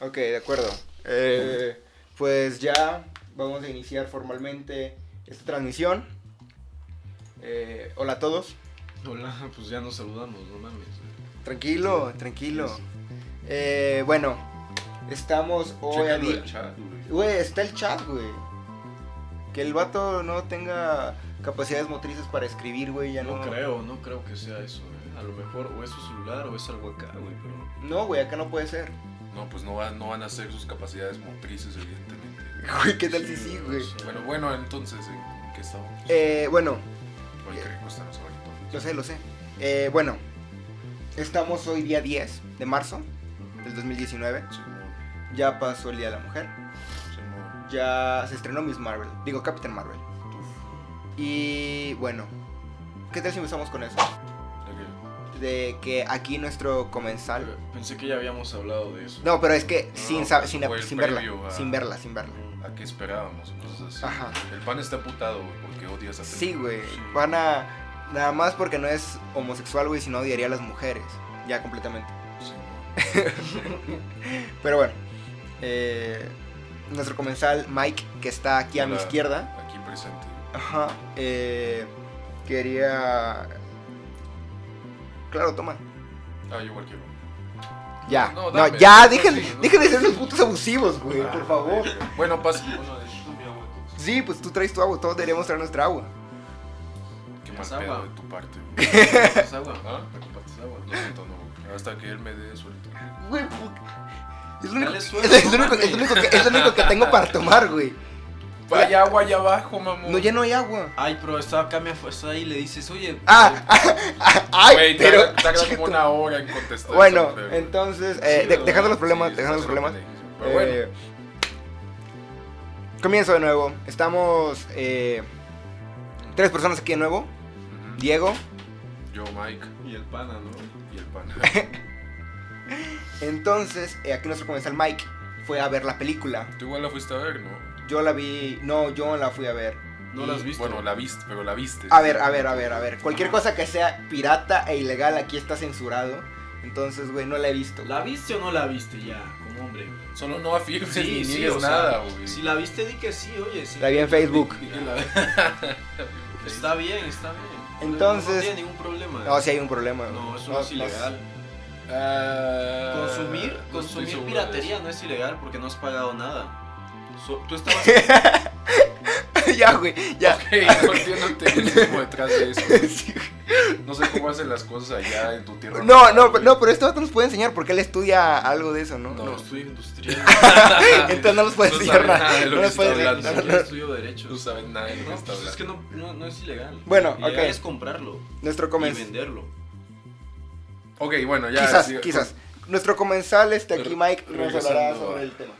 Ok, de acuerdo. Eh, pues ya vamos a iniciar formalmente esta transmisión. Eh, hola a todos. Hola, pues ya nos saludamos, no mames. Tranquilo, tranquilo. Eh, bueno, estamos hoy Chécalo a di- el chat, güey. Güey, está el chat, güey. Que el vato no tenga capacidades motrices para escribir, güey, ya no. No creo, no creo que sea eso, güey. A lo mejor o es su celular o es algo acá, güey, pero... No, güey, acá no puede ser. No, pues no, va- no van a ser sus capacidades motrices, evidentemente. Güey, ¿qué tal si sí, güey? Bueno, bueno, entonces, ¿en qué estamos? Eh, bueno, Oye, qué rico estamos ahorita. Yo sé, lo sé. Eh, bueno, estamos hoy día 10 de marzo del 2019. Simón, Ya pasó el Día de la Mujer. Simón. Ya se estrenó Miss Marvel. Digo, Captain Marvel. Y bueno, ¿qué tal si empezamos con eso? Ok. De que aquí nuestro comensal... Pensé que ya habíamos hablado de eso. No, pero es que No, sin, sa- pues, sin, fue el sin verla. previo a- Sin verla, sin verla. ¿A qué esperábamos? Entonces, así. Ajá. El pan está putado, güey, porque odias a Ah. Sí, güey. Sí. Van a... Nada más porque no es homosexual, güey, sino odiaría a las mujeres. Ya completamente. Simón. Pero bueno, eh, nuestro comensal Mike, que está aquí a mi Hola. izquierda, Aquí presente. ajá, eh, quería... Claro, toma. Ah, yo igual quiero. Ya, no, No, dame, ya, no, dejen, sí, no. dejen de ser esos putos abusivos, güey, Ah, por favor. verga. Bueno, pasa. Sí, pues tú traes tu agua, todos deberíamos traer nuestra agua. Qué Ya mal es agua. pedo de tu parte, güey. ¿Me compartes agua? ¿Ah? ¿Me compartes agua? Lo siento, no, güey. Hasta que él me dé suelto. Güey, pu- es lo único, Dale es, sueldo, lo único, es lo único que, es lo único que tengo para tomar, güey. Hay agua allá abajo, mamón. No, ya no hay agua. Ay, pero está acá, me fue, está ahí y le dices, oye... Ah, ah, ah, ay, Güey, pero... tarda, tarda como una hora en contestar. Bueno, esa madre, güey. entonces, eh, de- Sí, ¿verdad? dejando los problemas, Sí, dejando los está problemas. pendejísimo. Pero bueno, eh, comienzo de nuevo. Estamos eh, tres personas aquí de nuevo. Ujú. Diego. Yo, Mike Y el pana, ¿no? y el pan. Entonces, eh, aquí nuestro comensal Mike fue a ver la película. Tú igual la fuiste a ver, ¿no? Yo la vi, no, yo la fui a ver. ¿No Y- la has visto? Bueno, la Ah, viste, pero la viste. A ver, a ver, a ver, a ver. Cualquier cosa que sea pirata e ilegal aquí está censurado. Entonces, güey, no la he visto. ¿La viste o no la viste ya, como hombre? Solo no afirmes Sí, ni sí, niegues o sea, nada, güey. Si la viste, di que sí, oye. Sí. La vi en Facebook. Di que la- Está bien, está bien. Entonces- No tiene ningún problema. No, sí hay un problema. güey. No, eso no, es ilegal. Ah, Consumir, no estoy consumir seguro piratería de no es ilegal porque no has pagado nada. So- tú estabas. ya, güey, ya. eso. Ok, no entiendo el tecnicismo detrás de eso. Sí, No sé cómo hacen las cosas allá en tu tierra. No, no, pero- no, pero esto vato nos puede enseñar porque él estudia algo de eso, ¿no? no, No. estudio industrial. Entonces no nos puede Ah, No enseñar saben nada. nada de lo no que nos puede está enseñar Ni hablando. siquiera estudio derecho. Tú sabes nada de lo que No, está pues es hablando. que no, no, no es ilegal. Bueno, Ilegal ok. es comprarlo Nuestro y comensal. venderlo. Ok, bueno, ya. Quizás, sí, quizás. Nuestro comensal, este aquí, Re- Mike, nos regresando hablará a- sobre el tema.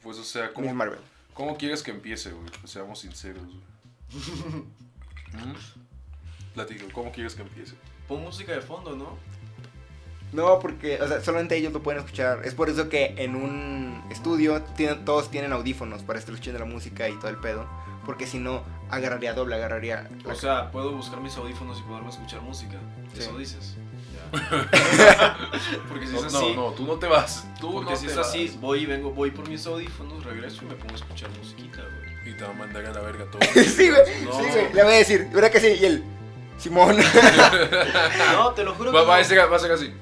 Pues, o sea, Miss ¿cómo, Marvel. ¿Cómo quieres que empiece, güey? Pues seamos sinceros, güey. ¿Mm? Platico, ¿cómo quieres que empiece? Pon música de fondo, ¿no? No, porque, o sea, solamente ellos lo pueden escuchar. Es por eso que en un estudio tienen- todos tienen audífonos para estar escuchando la música y todo el pedo. Porque si no, agarraría doble, agarraría. la O sea, puedo buscar mis audífonos y poderme escuchar música. Sí. Eso dices. Porque si No, es no, así. no, tú no te vas. Tú Porque no si te es vas. así, voy y vengo, voy por mis audífonos, regreso y me pongo a escuchar musiquita, güey. Y te va a mandar a la verga todo. sí, güey, No. sí, güey. Le voy a decir, ¿verdad que sí? Y él, Simón. No, te lo juro que Va, va, no. ese, va a ser así.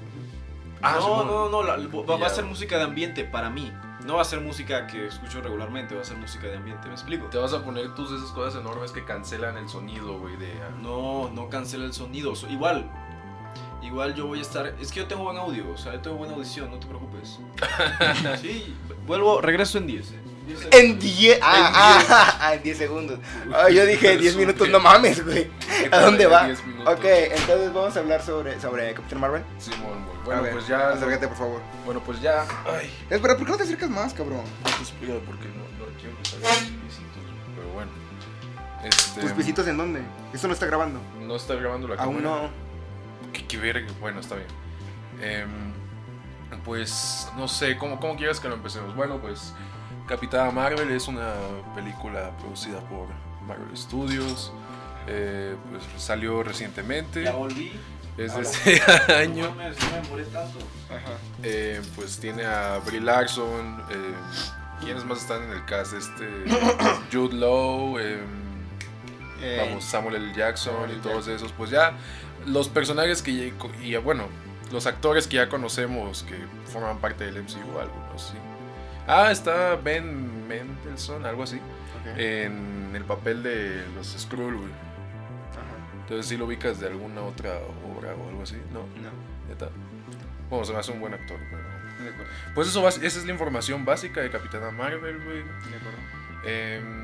Ah, no, Simón. no, no, la- va, va a Ya. ser música de ambiente para mí. No va a ser música que escucho regularmente, va a ser música de ambiente, ¿me explico? Te vas a poner tus esas cosas enormes que cancelan el sonido, güey, de... ah, No, no cancela el sonido. so- igual, igual yo voy a estar. Es que yo tengo buen audio, o sea, yo tengo buena audición, no te preocupes. sí, vuelvo, regreso en 10. eh. En 10. Ah, ah, ah, en 10 segundos. Ah, yo dije 10 minutos, no mames, güey. que ¿A dónde tardaría va? 10 minutos. Ok, entonces vamos a hablar sobre, sobre Capitán Marvel. Simón, güey. A Bueno, ver, pues ya... Acércate, por favor. Bueno, pues ya... Ay, Espera, ¿por qué no te acercas más, cabrón? no te explico por qué no, no quiero que salgan mis piecitos, güey, pero bueno. Este... ¿Tus pisitos en dónde? Esto no está grabando. No está grabando la Aún cámara. no. Qué, qué verga, bueno, está bien. Em, pues no sé, ¿cómo, ¿cómo quieres que lo empecemos? Bueno, pues Capitana Marvel es una película producida por Marvel Studios. eh, pues salió recientemente. Ya volví. Es Ah, de este año. No mames, no me demoré tanto. Ajá. Eh, pues tiene a Brie Larson. eh, ¿Quiénes más están en el cast? Este, Jude Law, eh, Eh, vamos, Samuel L. Jackson Samuel y L. todos esos. Pues ya los personajes que ya, co- y, bueno, los actores que ya conocemos que forman parte del MCU, algunos sí. Ah, está Ben Mendelsohn, algo así, ok. Eh. en el papel de los Skrull. güey. Ajá. Entonces sí lo ubicas de alguna otra obra o algo así, ¿no? No. Neta. Bueno, se me hace un buen actor, pero. De acuerdo. Pues eso, bas- esa es la información básica de Capitana Marvel, güey. De acuerdo. Em,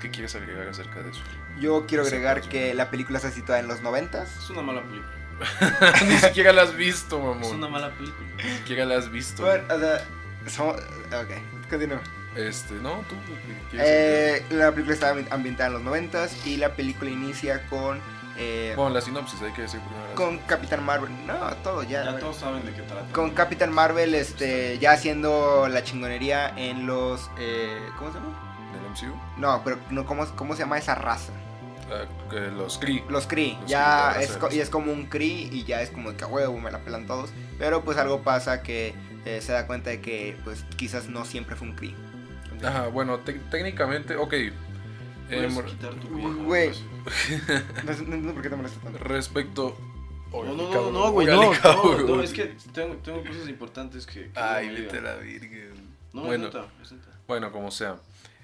¿Qué quieres agregar acerca de eso? Yo quiero Sí, agregar pues, que la película está situada en los 90 Es una mala película. Ni siquiera la has visto, Es mamón. una mala película. Ni siquiera la has visto. Bueno, o sea, so- ok, continúa. Este, no, tú. ¿qué quieres agregar? Eh, la película está ambi- ambientada en los 90 y la película inicia con eh, Bueno, la sinopsis hay que decir primero. la con Capitán Marvel. No, todo ya. a Ya ver. todos saben de qué trata. Con Capitán Marvel este ya haciendo la chingonería en los eh, ¿cómo se llama? sinopsis Del MCU. No, pero no cómo cómo se llama esa raza. Ah, que los Kree. Los Kree, Los Kree, la ya raza es, de co- los- y es como un Kree y ya es como de que a huevo me la pelan todos. Pero pues algo pasa que eh, se da cuenta de que pues quizás no siempre fue un Kree. Ajá, bueno, tec- técnicamente, ok. Em, Puedes quitar tu vieja, Güey. pues. No, sé- no, no, ¿Por qué te molesta tanto? respecto. No, Órale, no, no, cabrón, no, güey, no, órale, no, cabrón. no, es que tengo, tengo cosas importantes que... que Ay, no me vete a digan. la virgen. No, bueno, es neta, es neta. Bueno, como sea.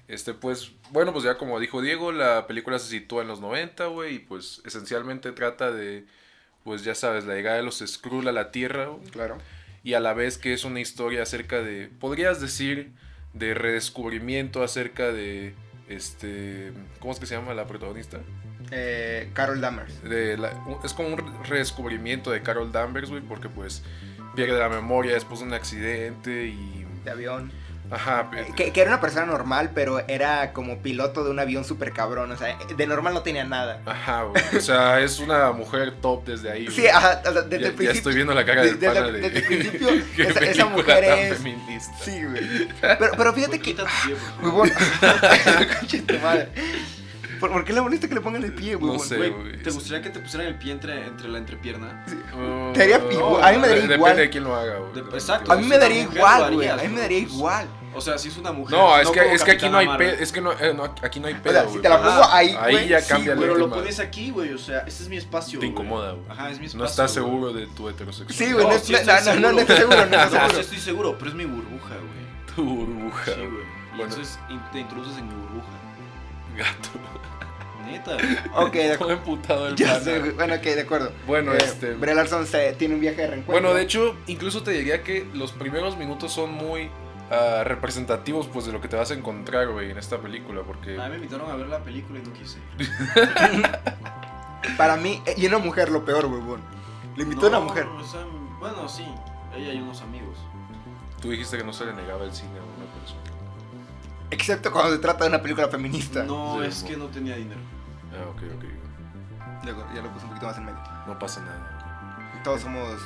Este, pues, bueno, pues ya como dijo Diego, la película se sitúa en los 90, güey, y pues esencialmente trata de, pues ya sabes, la llegada de los Skrull a la Tierra, güey, Claro. y a la vez que es una historia acerca de, podrías decir, de redescubrimiento acerca de, este, ¿cómo es que se llama la protagonista? Eh, Carol Danvers. de la- un- es como un redescubrimiento de Carol Danvers, güey, porque pues pierde la memoria después de un accidente y... De avión. Ajá, Eh, Que, que era una persona normal, pero era como piloto de un avión súper cabrón. O sea, de normal no tenía nada. Ajá, güey. O sea, es una mujer top desde ahí. güey. Sí, ajá, o sea, Ya- desde el ya, principio. estoy viendo la cara del desde- pana desde- de. desde el principio, Qué esa- esa película mujer tan es- feminista. Sí, güey. Pero, pero fíjate Güey, que. quita tu pie, por favor. Huevón. Conche tu madre. ¿Por, por qué le molesta que le pongan el pie, huevón? No sé, Güey, güey. ¿te gustaría que te pusieran el pie entre, entre la entrepierna? Uh, Te haría no, pivo- a mí me daría depende igual. de quién lo haga, güey. De- exacto. A mí me daría Una mujer lo igual, haría, güey. A mí me ¿no? daría igual. O sea, si es una mujer... No, es que, Pues, como es que aquí no hay Capitana pedo. Marvel. Es que no, eh, no, aquí no hay pedo. O sea, si güey. te la Ajá. pongo ahí, ah, Ahí güey. ya sí, cambia el güey. Pero lo tema. pones aquí, güey, o sea, este es mi espacio, Te güey. incomoda, güey. Ajá, es mi espacio. No estás güey. seguro de tu heterosexualidad. Sí, güey, no, sí no, estoy no, no, no estoy seguro, no estoy No, sí seguro. estoy seguro, pero es mi burbuja, güey. Tu burbuja. Sí, güey. Y Bueno. entonces in- te introduces en mi burbuja. Gato. Neta, güey. Ok, de acuerdo. Todo emputado el Ya pana. sé, güey. Bueno, ok, de acuerdo. Bueno, Eh, este. Brie Larson se- tiene un viaje de reencuentro. Bueno, de hecho, incluso te diría que los primeros minutos son muy ah, representativos pues de lo que te vas a encontrar, güey, en esta película, porque... A mí me invitaron a ver la película y no quise. Para mí, eh, y una mujer, lo peor, huevón. Le invitó No, a una mujer. o sea, bueno, sí. Ella y unos amigos. Tú dijiste que no se le negaba el cine a una persona. Excepto cuando se trata de una película feminista. No, Sí, es mo- que no tenía dinero. Ah, ok, ok. Luego, ya lo puse un poquito más en medio. No pasa nada. Todos somos. Eh,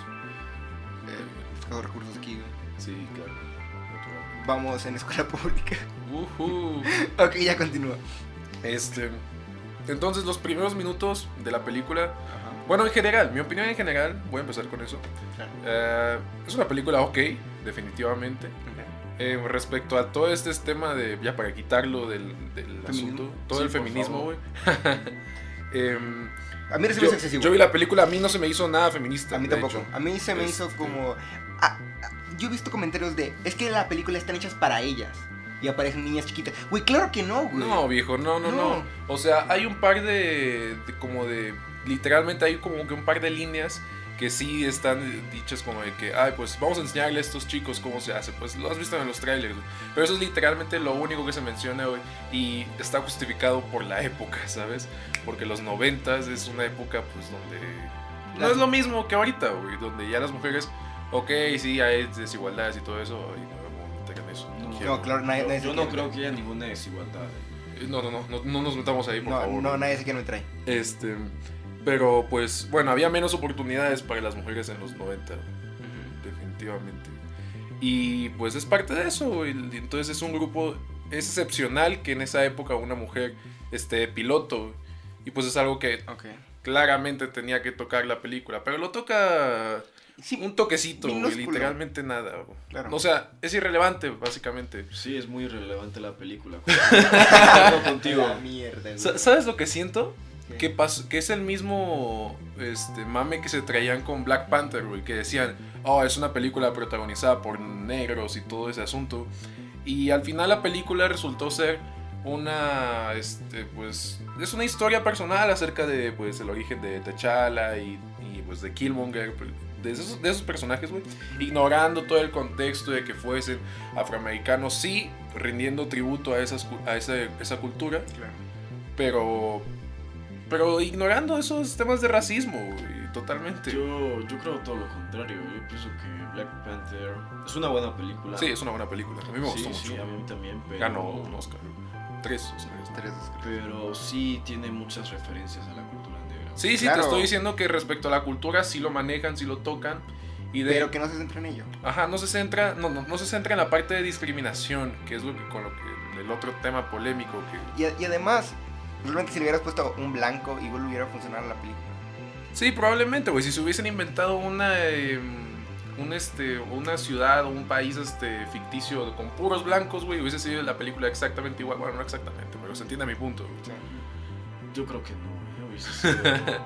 escasos recursos aquí, güey. Sí, claro. Vamos en escuela pública. Ujú. ok, ya continúa. Este... Entonces, los primeros minutos de la película... Bueno, en general, mi opinión en general, voy a empezar con eso. Claro. Eh, es una película ok, definitivamente. Eh, respecto a todo este tema de, ya para quitarlo del, del Feminismo. asunto, todo Sí, el por feminismo, favor. güey. Em, A mí sí me yo, hizo excesivo. yo vi la película, a mí no se me hizo nada feminista. A mí de tampoco. hecho. A mí se me hizo Este- como. ah, ah, yo he visto comentarios de. Es que la película están hechas para ellas. Y aparecen niñas chiquitas. Güey, claro que no, güey. No, viejo, no, no, no, No. O sea, hay un par de, de- como de, literalmente hay como que un par de líneas que sí están dichas como de que, ay, pues vamos a enseñarle a estos chicos cómo se hace. Pues lo has visto en los trailers, güey. pero eso es literalmente lo único que se menciona hoy y está justificado por la época, ¿sabes? Porque los noventas es una época, pues, donde no es lo mismo que ahorita, güey, donde ya las mujeres, ok, sí, hay desigualdades y todo eso, y no me meter en eso. No, No, quiero. No, claro, nadie, nadie Yo se no quiere- creo que haya ninguna desigualdad. eh. no, no, no, no, no nos metamos ahí, por No, favor. no, nadie se quiere me trae. Este, pero pues, bueno, había menos oportunidades para las mujeres en los 90, definitivamente. Y pues es parte de eso, güey. Entonces es un grupo, es excepcional que en esa época una mujer esté piloto, güey. y este, pues es algo que Ok. claramente tenía que tocar la película, pero lo toca Sí, un toquecito, güey, Minúsculo. literalmente nada. güey. Claro. O sea, es irrelevante, básicamente. Sí, es muy relevante la película. Concuerdo contigo. La mierda, güey. Sa- ¿Sabes lo que siento? ¿Qué? Que, pas- que es el mismo este, mame que se traían con Black Panther, güey, que decían, oh, es una película protagonizada por negros y todo ese asunto. Y al final la película resultó ser una, este, pues, es una historia personal acerca de, pues, el origen de T'Challa y, y, pues, de Killmonger, pues, de esos, de esos personajes, güey, ignorando todo el contexto de que fuesen afroamericanos, sí, rindiendo tributo a, esas, cu- a esa, esa cultura, Claro. pero. Pero ignorando esos temas de racismo, güey, totalmente. Yo, yo creo todo lo contrario. Yo pienso que Black Panther es una buena película. Sí, es una buena película. A mí me sí, gustó sí, mucho. a mí también, pero... Ganó un Oscar. Tres Oscars. Tres, dos, creo. Pero sí tiene muchas referencias a la cultura negra. Sí, sí, Claro. te estoy diciendo que respecto a la cultura sí lo manejan, sí lo tocan. Y de. Pero que no se centra en ello. Ajá, no se centra. No, no, no se centra en la parte de discriminación, que es lo que con lo que. el otro tema polémico que. Y, a- y además, realmente si le hubieras puesto un blanco, igual hubiera funcionado la película. Sí, probablemente, güey. Si se hubiesen inventado una. eh, un este, una ciudad o un país este, ficticio con puros blancos, güey, hubiese sido la película exactamente igual. Bueno, no exactamente, pero se entiende mi punto. güey. Yo creo que no, güey, hubiese sido-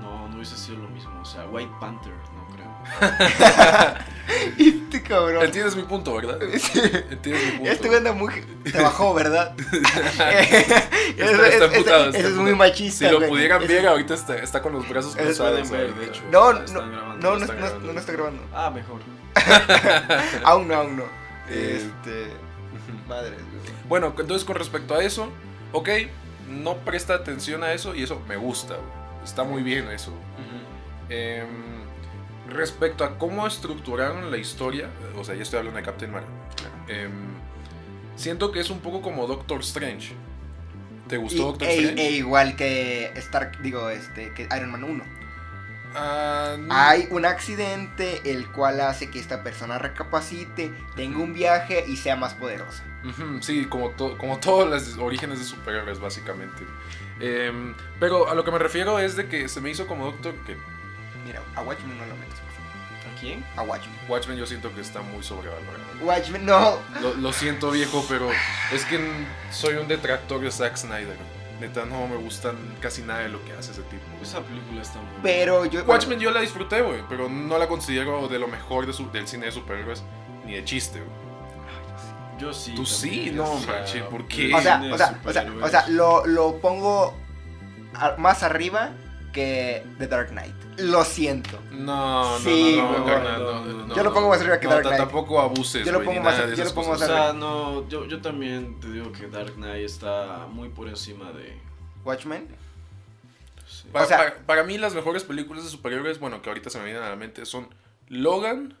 No, no hubiese sido lo mismo. O sea, White Panther, no creo. Este cabrón. Entiendes mi punto, ¿verdad? Sí. Entiendes mi punto. Este güey anda muy. Te bajó, ¿verdad? Está- está Ese- ese- emputado, ese está es muy emputado. machista. Si lo güey. pudieran Ese- ver, ahorita está, está con los brazos Eso cruzados. pueden ver, güey. de hecho. No, Están no, grabando, no, no, están no, grabando. no está grabando. Ah, mejor. Aún no, aún no. Eh, Este. Madre. Bueno, entonces con respecto a eso, ok, no presta atención a eso y eso me gusta, güey. Está muy bien eso. Em, respecto a cómo estructuraron la historia, o sea, ya estoy hablando de Captain Marvel. em, siento que es un poco como Doctor Strange. ¿Te gustó Y- Doctor e- Strange? e igual que Stark, digo, este, que Iron Man 1. Ah, no. Hay un accidente el cual hace que esta persona recapacite, tenga un viaje y sea más poderosa. Ujú, Sí, como, to- como todos los orígenes de superhéroes, básicamente. Em, pero a lo que me refiero es de que se me hizo como Doctor que Mira, a Watchmen no lo metes, por favor. ¿A quién? A Watchmen. Watchmen yo siento que está muy sobrevalorado. Watchmen, no. Lo, lo siento viejo, pero es que n- soy un detractor de Zack Snyder. Neta, no me gustan casi nada de lo que hace ese tipo. Esa película está muy... Pero yo. Watchmen yo la disfruté, güey, pero no la considero de lo mejor de su- del cine de superhéroes, ni de chiste, güey. Yo sí. Tú sí, no, manche, ¿por qué? O sea, cine o de sea, o sea, o sea, superhéroes. lo, lo pongo a- más arriba que The Dark Knight. Lo siento. No, no, Sí, no, no, güey, carnal, no, no, no, no, yo lo no. pongo más arriba que No, Dark ta- Knight. Tampoco abuses, Yo lo güey, pongo ni más- nada de yo esas lo pongo cosas. más O sea, no, yo, yo también te digo que Dark Knight está muy por encima de... Watchmen. sí. Para, O sea- para- para mí las mejores películas de superhéroes, bueno, que ahorita se me vienen a la mente, son Logan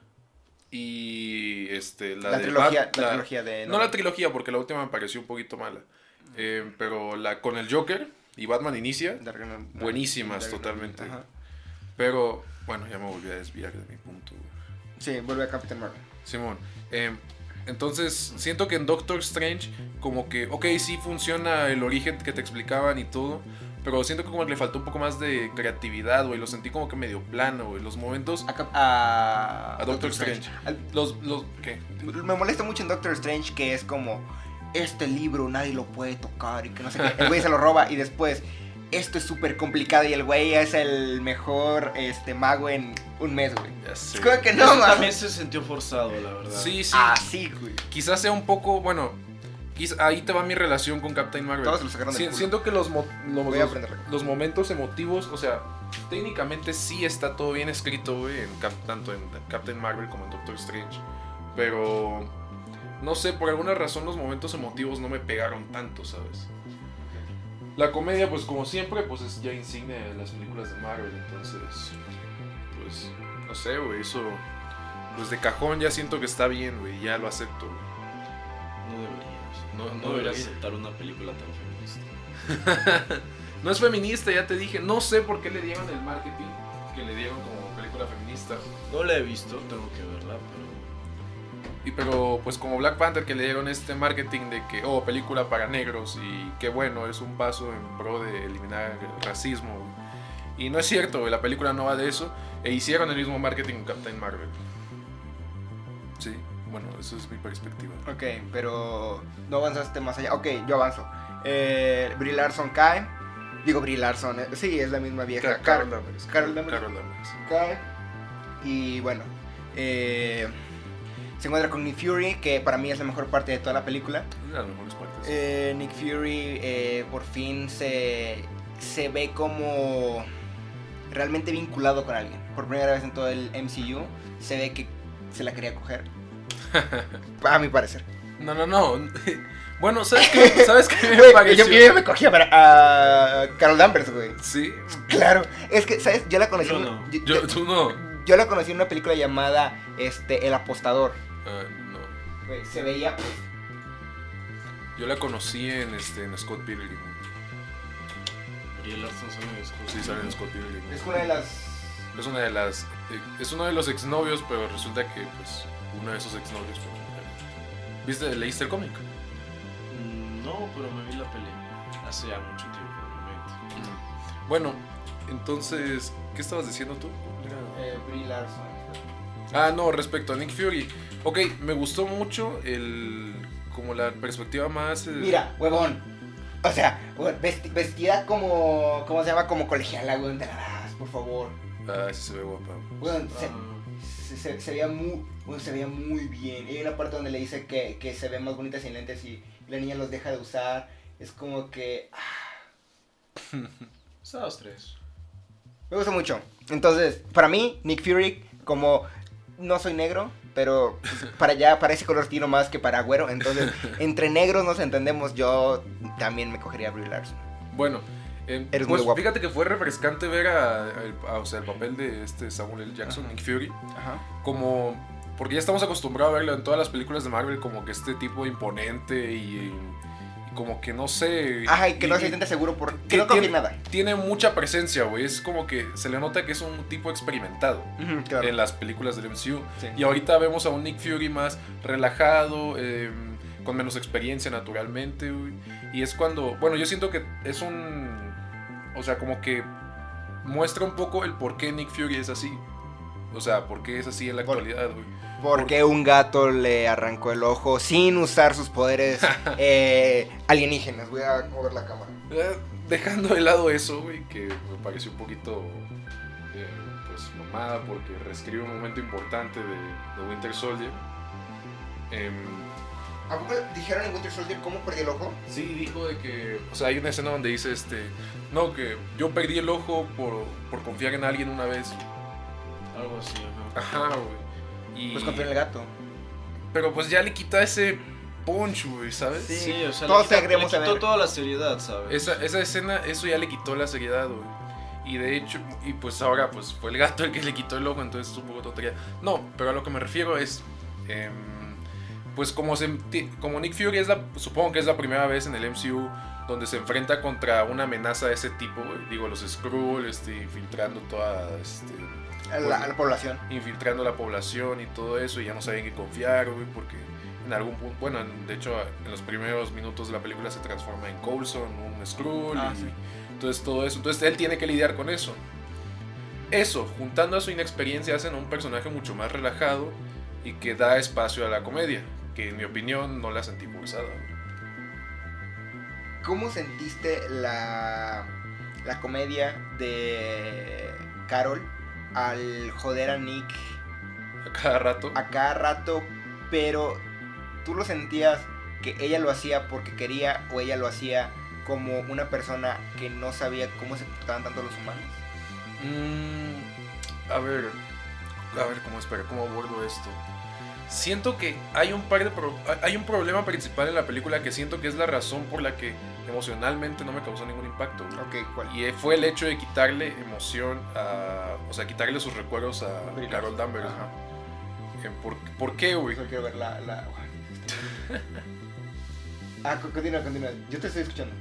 y este, la, La, de trilogía, Bat- la, la- trilogía de. No la trilogía, porque la última me pareció un poquito mala. Eh, pero la con el Joker y Batman Inicia, Dark Knight. buenísimas Dark Knight, totalmente. ajá. Pero bueno, ya me volví a desviar de mi punto. güey. Sí, vuelve a Captain Marvel. Simón, eh, entonces siento que en Doctor Strange como que, ok, sí funciona el origen que te explicaban y todo, pero siento que como que le faltó un poco más de creatividad, güey, lo sentí como que medio plano, güey, los momentos... A, Cap- a- A Doctor Strange. Al- Los, los, ¿qué? Me molesta mucho en Doctor Strange que es como este libro nadie lo puede tocar y que no sé qué. El güey se lo roba y después esto es súper complicado y el güey es el mejor este mago en un mes, güey. Ya sé. Es como que Eso no también mames. se sintió forzado, la verdad. Sí, sí. Así, güey. Quizás sea un poco, bueno, quiz- ahí te va mi relación con Captain Marvel. Todos se lo sacaron del Si- culo. siento que los, mo- los- Voy a aprenderlo. los momentos emotivos, o sea, técnicamente sí está todo bien escrito, güey, en Cap- tanto en Captain Marvel como en Doctor Strange. Pero, no sé, por alguna razón los momentos emotivos no me pegaron tanto, ¿sabes? La comedia, pues como siempre, pues es ya insignia de las películas de Marvel, entonces, pues, no sé, güey, eso, pues de cajón ya siento que está bien, güey, ya lo acepto, güey. No deberías. No- No, no deberías debería. aceptar una película tan feminista. No es feminista, ya te dije. No sé por qué le dieron el marketing que le dieron como película feminista. No la he visto, tengo que verla, pero Y pero pues como Black Panther que le dieron este marketing de que, oh, película para negros y qué bueno, es un paso en pro de eliminar el racismo. Y no es cierto, güey, la película no va de eso. E hicieron el mismo marketing con Captain Marvel. Sí, bueno, eso es mi perspectiva. Ok, pero no avanzaste más allá. Ok, yo avanzo. Eh, Brie Larson cae. Digo, Brie Larson, eh, sí, es la misma vieja. Ca- Carol Carol Danvers. Carol Danvers. Carol Danvers. cae. Y bueno, eh, se encuentra con Nick Fury, que para mí es la mejor parte de toda la película. Una de las mejores partes. Eh, Nick Fury eh, por fin se, se ve como realmente vinculado con alguien. Por primera vez en todo el MCU, se ve que se la quería coger. A mi parecer. No, no, no. Bueno, ¿sabes qué? ¿Sabes qué me Güey, pareció? yo, yo me cogí a, ver a Carol Danvers, güey. Sí, Claro, es que, ¿sabes? Yo la conocí. Yo en- no. yo- yo, tú no. yo la conocí en una película llamada este, El Apostador. Ah, no. Güey, Se veía. Yo la conocí en, este, en Scott Pilgrim. Y el Larson sale de Scott. Sí, sale en Scott Pilgrim. Es una de las. Es una de las. eh, Es uno de los exnovios, pero resulta que, pues, uno de esos exnovios. fue mujer. ¿Viste? ¿Leíste el cómic? Mm, No, pero me vi la pelea hace ya mucho tiempo. realmente. Bueno, entonces, ¿qué estabas diciendo tú? Eh, Brie Larson. Ah, no, respecto a Nick Fury. Ok, me gustó mucho el. Como la perspectiva más. eh, Mira, huevón. O sea, hue- vesti- vestida como. ¿Cómo se llama? Como colegiala, weón. De la verás, por favor. Ah, sí se ve guapa. Weón, Ah, se, se, se- se veía muy, weón, se veía muy bien. Y hay una parte donde le dice que, que se ve más bonita sin lentes y la niña los deja de usar. Es como que. ah, Estabas tres. Me gusta mucho. Entonces, para mí, Nick Fury, como. No soy negro, pero pues, para allá, para ese color tiro más que para güero. Entonces, entre negros nos entendemos. Yo también me cogería a Brie Larson. Bueno, eh, Eres pues muy guapo. fíjate que fue refrescante ver a, a- a- o sea, el papel de este Samuel L. Jackson, Nick Fury, Ajá. como porque ya estamos acostumbrados a verlo en todas las películas de Marvel como que este tipo imponente y, y como que no sé, Ajá, y que no y- se siente seguro por. que Que no confía en tiene- nada. tiene mucha presencia, güey, es como que se le nota que es un tipo experimentado claro. en las películas del MCU. Sí. Y ahorita vemos a un Nick Fury más relajado, eh, con menos experiencia naturalmente. güey. Y es cuando, bueno, yo siento que es un, o sea, como que muestra un poco el por qué Nick Fury es así. O sea, por qué es así en la Por- actualidad, güey. Porque un gato le arrancó el ojo sin usar sus poderes eh, alienígenas. Voy a mover la cámara. Eh, Dejando de lado eso, güey, que me pareció un poquito, eh, pues, mamada, porque reescribe un momento importante de, de Winter Soldier. Em, ¿A poco dijeron en Winter Soldier cómo perdió el ojo? Sí, dijo de que, o sea, hay una escena donde dice, este, no, que yo perdí el ojo por, por confiar en alguien una vez. Algo así, ajá. Ajá, güey. Y- Pues confió en el gato. Pero pues ya le quita ese punch, güey, ¿sabes? Sí. o sea, Todos le te quitó, queremos le quitó saber. toda la seriedad, ¿sabes? Esa, esa escena, eso ya le quitó la seriedad, güey. Y de hecho, y pues ahora, pues fue el gato el que le quitó el ojo, entonces es un poco tontería. No, pero a lo que me refiero es, em, pues como, se, ti- como Nick Fury es la, supongo que es la primera vez en el MCU donde se enfrenta contra una amenaza de ese tipo, güey. digo, los Skrull, este, infiltrando toda, este, A la, a la población. infiltrando la población y todo eso, y ya no saben qué confiar, güey, porque en algún punto, bueno, en- de hecho, en los primeros minutos de la película se transforma en Coulson, un Skrull, Ah, y sí. entonces todo eso. Entonces él tiene que lidiar con eso. Eso, juntando a su inexperiencia, hacen a un personaje mucho más relajado y que da espacio a la comedia, que en mi opinión no la sentí forzada. güey. ¿Cómo sentiste la, la comedia de Carol al joder a Nick A cada rato. a cada rato, pero tú lo sentías que ella lo hacía porque quería o ella lo hacía como una persona que no sabía cómo se comportaban tanto los humanos. Mm, a ver, a ver cómo espera, cómo abordo esto. Siento que hay un par de pro- hay un problema principal en la película que siento que es la razón por la que emocionalmente no me causó ningún impacto. güey. Ok, ¿cuál? Y eh, fue el hecho de quitarle emoción a. O sea, quitarle sus recuerdos a Brie Carol Danvers. Ajá. Eh, ¿Por, por qué, güey? Solo quiero ver la... la- ah, co- continúa, continúa. Yo te estoy escuchando.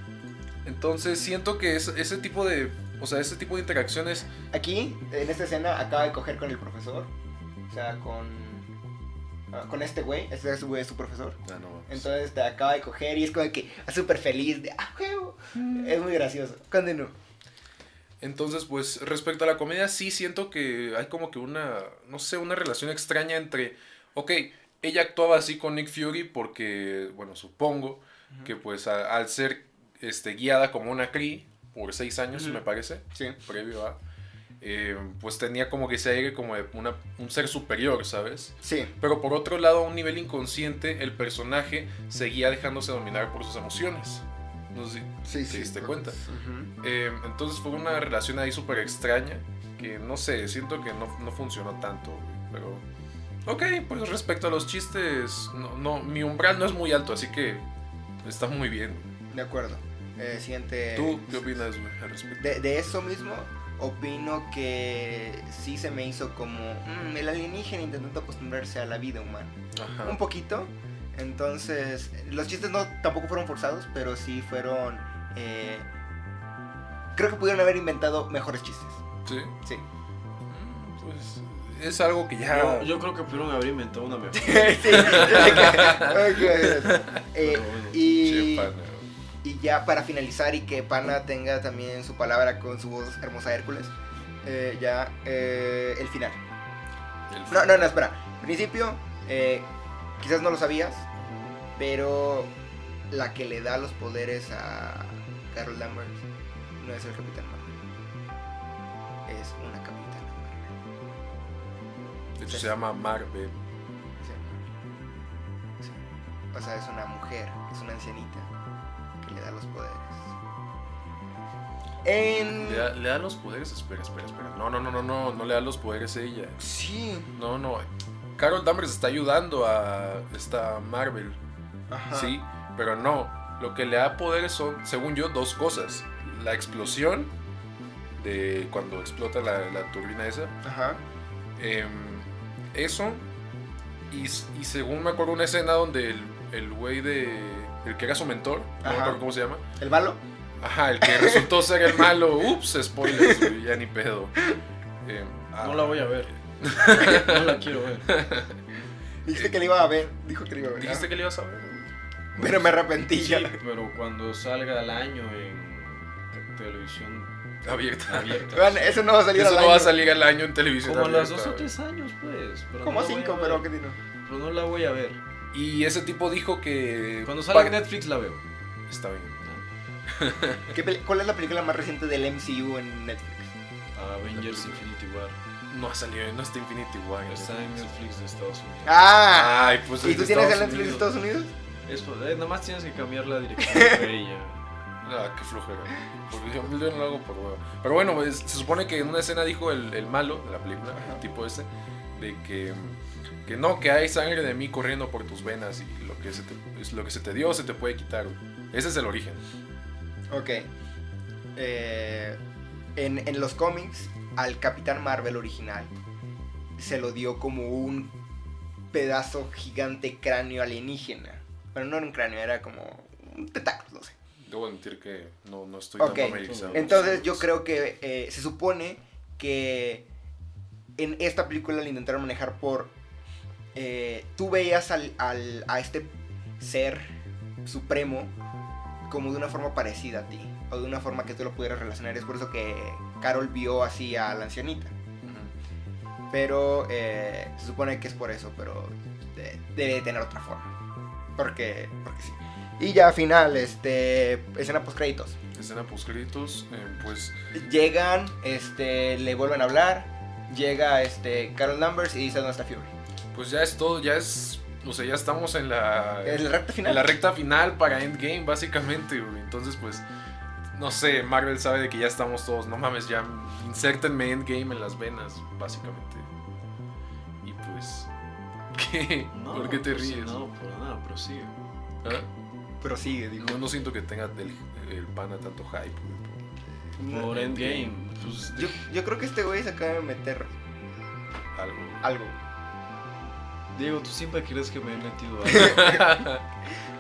Entonces siento que es- ese tipo de. O sea, ese tipo de interacciones. Aquí, en esta escena, acaba de coger con el profesor. O sea, con... ah, con este güey, este es su güey es su profesor. Ah, no, pues. Entonces te acaba de coger y es como que súper feliz de ah, huevo. Es muy gracioso. Continúo. Entonces, pues respecto a la comedia, sí siento que hay como que una, no sé, una relación extraña entre, ok, ella actuaba así con Nick Fury porque, bueno, supongo que pues a- al ser este, guiada como una Cree por seis años, Ujú. me parece, Sí. previo a, eh, pues tenía como que ese aire como de una, un ser superior, ¿sabes? Sí. Pero por otro lado, a un nivel inconsciente, el personaje seguía dejándose dominar por sus emociones. No sé si Sí, te sí. diste pues, cuenta. ujú. Eh, entonces fue una relación ahí súper extraña que no sé, siento que no, no funcionó tanto, güey, pero... Ok, pues respecto a los chistes, no, no, mi umbral no es muy alto, así que está muy bien. De acuerdo. Eh, siguiente. ¿Tú qué opinas, güey, al respecto? De, de eso mismo, opino que sí se me hizo como mm, el alienígena intentando acostumbrarse a la vida humana. Un Ajá. poquito. Entonces, los chistes no tampoco fueron forzados, pero sí fueron. eh, creo que pudieron haber inventado mejores chistes. Sí. Sí. Mm, Pues es algo que ya... Yo, yo creo que pudieron haber inventado una mejor. Sí. Ok. Eh, Pero bueno, che, y, pana, güey. y ya para finalizar y que Pana tenga también su palabra con su voz hermosa Hércules, eh, ya eh, el final. El- No, no, no, espera. Principio, eh, quizás no lo sabías, pero la que le da los poderes a Carol Danvers no es el Capitán Marvel. Es una Capitana Marvel. De hecho se llama Marvel. O sea, sí. O sea, es una mujer, es una ancianita que le da los poderes. En... Le da, le da los poderes, espera, espera, espera. No, no, no, no, no, no le da los poderes ella. Sí. No, no. Carol Danvers está ayudando a esta Marvel, Ajá. sí, pero no. Lo que le da poderes son, según yo, dos cosas. La explosión de cuando explota la, la turbina esa. Ajá. em, eso. Y, s- y según me acuerdo una escena donde el, el güey de... El que era su mentor, no me Ajá. acuerdo cómo se llama. ¿El balo? Ajá, el que resultó ser el malo. Ups, spoilers, güey, ya ni pedo. Em, ah, No la voy a ver. No la quiero ver. Dijiste que le iba a ver. Dijo que le iba a ver. Eh, Dijiste Ah. que le ibas a ver. güey. Pero me arrepentí. Sí, ya. pero cuando salga al año en te- televisión Abierta. abierta. Vean, eso no va a salir Eso al no va a año. salir al año en televisión. Como a los dos abierta, o tres años, pues. pero Como no la voy a cinco, ver. pero que no. Pero no la voy a ver. güey. Y ese tipo dijo que. Cuando salga Pa- en Netflix la veo. Está bien. ¿Qué pel- ¿Cuál es la película más reciente del MCU en Netflix? Avengers Infinity War. No ha salido, no está Infinity War. güey. Está en Netflix de Estados Unidos. ¡Ah! Ay, pues. ¿Y es tú de tienes el Estados Netflix de Unidos. Estados Unidos? Eso, eh, nada más tienes que cambiar la dirección de ella. Ah, qué flojera. güey. Porque yo, yo no lo hago por huevo. Pero bueno, pues, se supone que en una escena dijo el, el malo de la película, el tipo ese, de que. Que no, que hay sangre de mí corriendo por tus venas y lo que se te, es lo que se te dio se te puede quitar. güey. Ese es el origen. Ok. Eh, en, en los cómics, al Capitán Marvel original se lo dio como un pedazo gigante cráneo alienígena. Bueno, no era un cráneo, era como un tentáculo, no sé. Debo admitir que no, no estoy Ok, tan familiarizado. con Entonces los- yo creo que eh, se supone que en esta película la intentaron manejar por... eh, tú veías al, al- a este ser supremo como de una forma parecida a ti, o de una forma que tú lo pudieras relacionar. Es por eso que Carol vio así a la ancianita. Ujú. Pero eh, se supone que es por eso, pero de- debe de tener otra forma. Porque, porque sí. Y ya final, este, escena post créditos. Escena postcritos, eh, pues Llegan, este, le vuelven a hablar. Llega este Carol Numbers y dice dónde está Fury. pues ya es todo, ya es, o sea, ya estamos en la, Es la recta final. en la recta final para Endgame básicamente, güey. entonces pues no sé, Marvel sabe de que ya estamos todos, no mames, ya insértenme Endgame en las venas básicamente. Y pues ¿qué? No, ¿Por qué te pues, ríes? No, por nada, pero sí. ¿Ah? Prosigue, dijo. No, no siento que tenga el, el pana tanto hype. güey, por- Por Endgame. Pues, Yo, yo creo que este güey se acaba de meter Algo. algo. Diego, tú siempre crees que me he metido algo.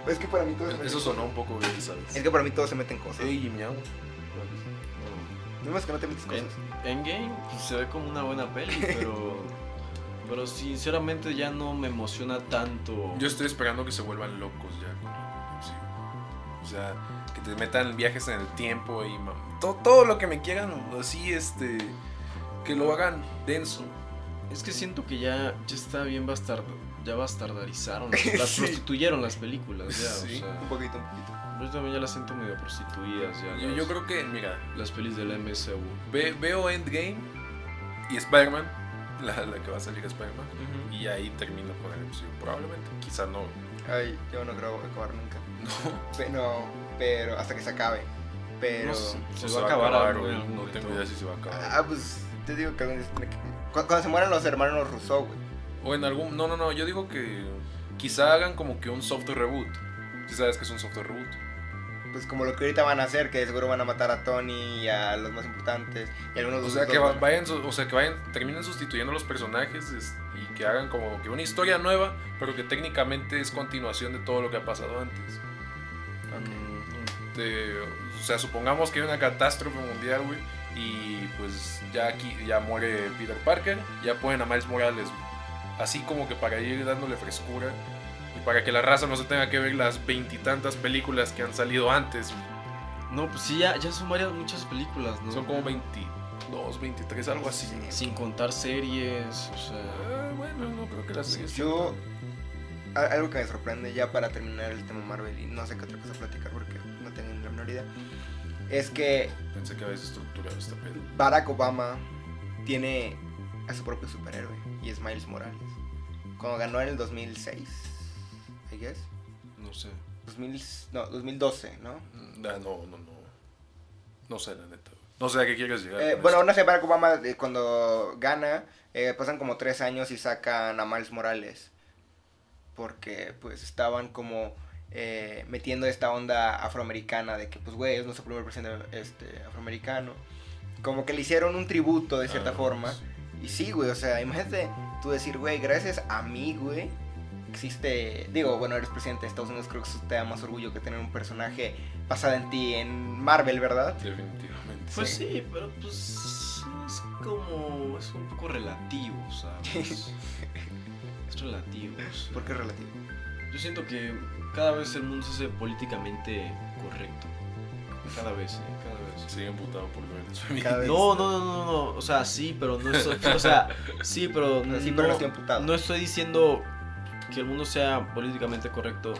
Es que para mí todo se mete Eso en sonó un poco bien, ¿sabes? cosas. Es que para mí todo se meten cosas. Ey, miau. No. No es que no te metes cosas. Endgame pues, se ve como una buena peli, pero Pero sinceramente ya no me emociona tanto. Yo estoy esperando que se vuelvan locos ya con el MCU. O sea, que te metan viajes en el tiempo y mam- todo, todo lo que me quieran, así, este, que lo hagan denso. Es que siento que ya, ya está bien bastardo. Ya bastardarizaron. Las, las Sí. prostituyeron las películas. Ya, Sí. o sea, Un poquito, un poquito. yo también ya las siento medio prostituidas. Ya, Yo, las- yo creo que, mira, Las pelis del MSU. ve- veo Endgame y Spider-Man, la, la que va a salir Spider-Man, y ahí termino con el MCU, probablemente. Quizá no. Ay, yo no creo acabar nunca. No, Pe- no, pero hasta que se acabe. Pero. No sé. Se no va a acabar algo güey, en algún No tengo momento. idea si se va a acabar. Ah, pues te digo que algún día se tiene que- Cu- Cuando se mueran los hermanos Rousseau, güey. O en algún. No, no, no. Yo digo que quizá hagan como que un software reboot. Si sabes que es un software reboot. Pues como lo que ahorita van a hacer, que de seguro van a matar a Tony y a los más importantes. Y algunos de O los sea, dos que va- van a- vayan, su- o sea, que vayan, terminen sustituyendo los personajes es- y que hagan como que una historia nueva, pero que técnicamente es continuación de todo lo que ha pasado antes. Mm, De- o sea, supongamos que hay una catástrofe mundial, güey, y pues ya aquí ya muere Peter Parker, ya ponen a Miles Morales, güey. así como que para ir dándole frescura y para que la raza no se tenga que ver las veintitantas películas que han salido antes. güey. No, pues sí, ya, ya son varias, muchas películas, ¿no? Son como 22, 23, algo así. Sin contar series, o sea... Ah, bueno, no creo que las series- Yo. a- Algo que me sorprende ya para terminar el tema Marvel y no sé qué otra cosa platicar porque no tengo ni la menor idea. Es que Pensé que habías estructurado esta pedo. Barack Obama tiene a su propio superhéroe y es Miles Morales. Cuando ganó en el 2006, I guess. No sé. 2000, no, 2012, ¿no? Ah, no, no, no. No sé, la neta. güey. No sé a qué quieres llegar. Eh, con bueno, esto. no sé, Barack Obama eh, cuando gana, eh, pasan como tres años y sacan a Miles Morales. Porque pues estaban como eh, metiendo esta onda afroamericana de que pues güey, es nuestro primer presidente este, afroamericano. Como que le hicieron un tributo de cierta Ah, forma. sí. Y sí, güey, o sea, imagínate tú decir, güey, gracias a mí, güey, existe, digo, bueno, eres presidente de Estados Unidos, creo que eso te da más orgullo que tener un personaje basado en ti en Marvel, ¿verdad? Definitivamente. Pues sí, pero pues es como... es un poco relativo, ¿sabes? es relativo. o sea. Porque es relativo. Yo siento que cada vez el mundo se hace políticamente correcto. Cada vez, ¿eh? cada vez. Sigue emputado por lo del sonido. Cada vez- No, no, no, no, no, o sea, sí, pero no estoy, o sea, sí, pero, Pero sí, no, pero no estoy amputado. no estoy diciendo que el mundo sea políticamente correcto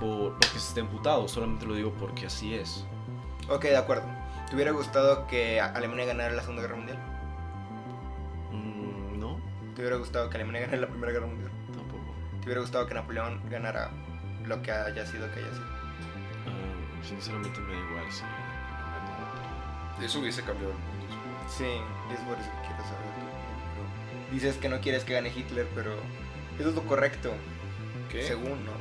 por, porque se esté emputado, solamente lo digo porque así es. Ok, de acuerdo. ¿Te hubiera gustado que a- Alemania ganara la Segunda Guerra Mundial? Mm, no, ¿Te hubiera gustado que Alemania ganara la Primera Guerra Mundial? tampoco. ¿Te hubiera gustado que Napoleón ganara lo que haya sido que haya sido? Ah, sinceramente me da igual, sí. Eso hubiese cambiado el mundo. Sí, es por eso que quiero saber. tu opinión, pero Dices que no quieres que gane Hitler, pero eso es lo correcto, ¿Qué? según, ¿no?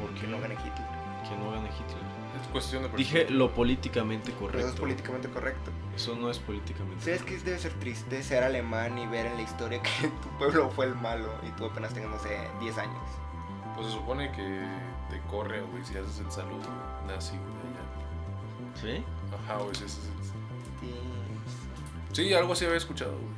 ¿Por qué Que no no gane Hitler. Que no gane Hitler. Es cuestión de Dije lo políticamente Pero eso es correcto. políticamente correcto. Eso no es políticamente ¿Sabes que debe ser triste ser alemán y ver en la historia que tu pueblo fue el malo y tú apenas tengas, no sé, 10 años? Pues se supone que te corre, güey, si haces el saludo nazi, güey, allá. ¿Sí? Ajá, güey, si haces el- Sí. Sí, algo así había escuchado, güey.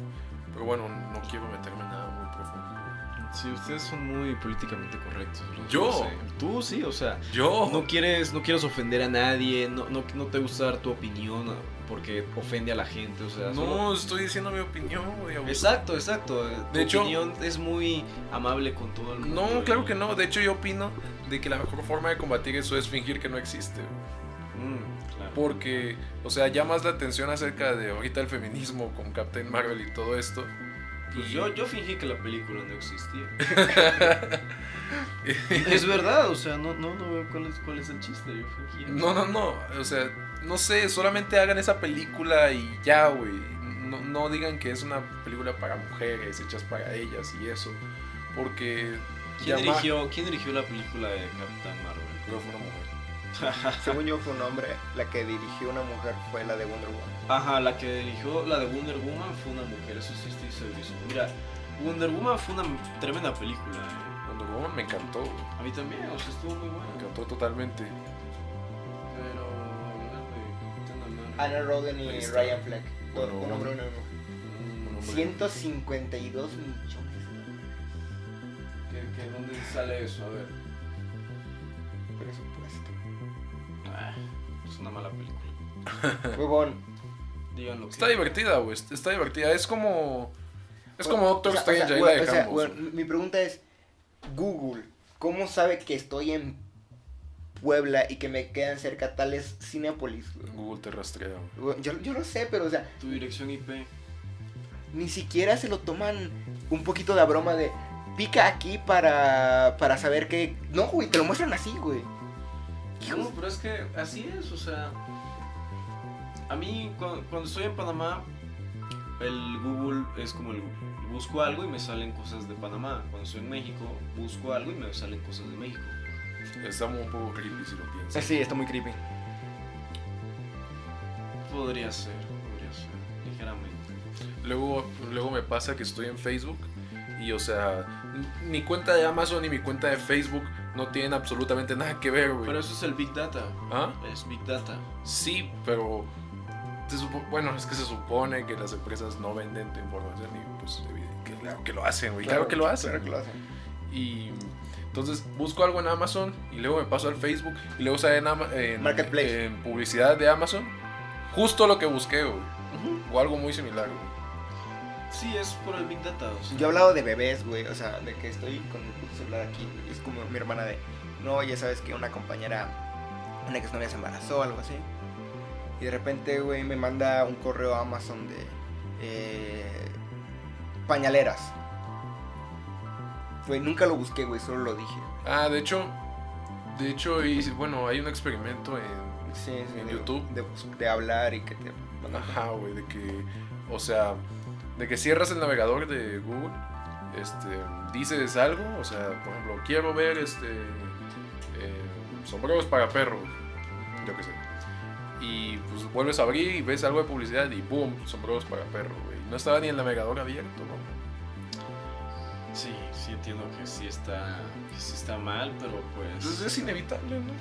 Pero bueno, no quiero meterme en nada muy profundo. Sí, ustedes son muy políticamente correctos. lo ¿Yo? sé. Tú sí, o sea, Yo. no quieres, no quieres ofender a nadie, no, no, no te gusta dar tu opinión porque ofende a la gente, o sea. No, solo- estoy diciendo mi opinión, güey. abuso. Exacto, exacto. eh, Tu De hecho- opinión es muy amable con todo el mundo. No, y- claro que no. De hecho, yo opino de que la mejor forma de combatir eso es fingir que no existe. güey. Mm, claro. Porque, o sea, llamas la atención acerca de ahorita el feminismo con Captain Marvel y todo esto. Pues y- yo, yo fingí que la película no existía. es verdad, o sea, no, no, no veo cuál es, cuál es el chiste. Yo fingí. No, no, no. O sea, no sé, solamente hagan esa película y ya, güey. No, no digan que es una película para mujeres, hechas para ellas y eso. Porque. ¿Quién, llama- dirigió, ¿Quién dirigió la película de Capitán Marvel? Creo que fue una mujer. Según yo fue un hombre, la que dirigió una mujer fue la de Wonder Woman. Ajá, la que dirigió la de Wonder Woman fue una mujer, eso sí estoy segurísimo. Mira, Wonder Woman fue una tremenda película. eh. Wonder Woman me encantó, güey. A mí también, o sea, estuvo muy buena. me encantó totalmente. Pero hablando de Capitana Marvel, Anna Roden Ahí y está. Ryan Fleck. Bueno, Mm, un hombre, una mujer. Un hombre. 152 millones. de dólares. sale eso? A ver. Presupuesto. Ah, es una mala película. Huevón. Díganlo. que- Está divertida, güey. Está divertida. Es como. Es como Doctor O sea, Strange, ahí o sea, la o sea, dejamos. bueno, güey. mi pregunta es, Google, ¿cómo sabe que estoy en Puebla y que me quedan cerca tales Cinépolis? güey? Google te rastrea, güey. Güey, Yo, yo lo sé, pero o sea, Tu dirección IP. ni siquiera se lo toman un poquito de broma de pica aquí para, para saber que... No, güey, te lo muestran así, güey. No, pero es que así es, o sea. A mí, cu- cuando, estoy en Panamá, el Google es como el Google. Busco algo y me salen cosas de Panamá. Cuando estoy en México, busco algo y me salen cosas de México. Estamos un poco creepy si lo piensas. Sí, está muy creepy. Podría ser, podría ser, ligeramente. Luego, luego me pasa que estoy en Facebook y, o sea, n- mi cuenta de Amazon y mi cuenta de Facebook no tienen absolutamente nada que ver, Pero güey. eso es el Big Data. ¿Ah? Es Big Data. Sí, pero. se supo- bueno, es que se supone que las empresas no venden tu información y, pues, evidente- que claro que lo hacen, güey. Claro, que lo hacen. Claro que lo hacen. Y. Entonces busco algo en Amazon y luego me paso al Facebook y luego sale en, Ama- en- Marketplace. en publicidad de Amazon justo lo que busqué, güey. O algo muy similar, güey. Sí, es por el Big Data. o sea. Yo he hablado de bebés, güey, o sea, de que estoy con mi puto celular aquí, güey, es como mi hermana de, no, ya sabes que una compañera, una exnovia se embarazó, algo así, y de repente, güey, me manda un correo a Amazon de eh, pañaleras. Güey, nunca lo busqué, güey, solo lo dije. Ah, de hecho, de hecho, y, bueno, hay un experimento en... Sí, sí, ¿En de- YouTube? De, bus- de hablar y que te... mandan- Ajá, güey, de que, o sea, de que cierras el navegador de Google, este, dices algo, o sea, por ejemplo, quiero ver, este, eh, sombreros para perro, yo qué sé. Y pues vuelves a abrir y ves algo de publicidad y boom, sombreros para perro, güey. No estaba ni el navegador abierto, ¿no? Sí, sí entiendo que sí está, que sí está mal, pero Entonces pues... es inevitable, ¿no?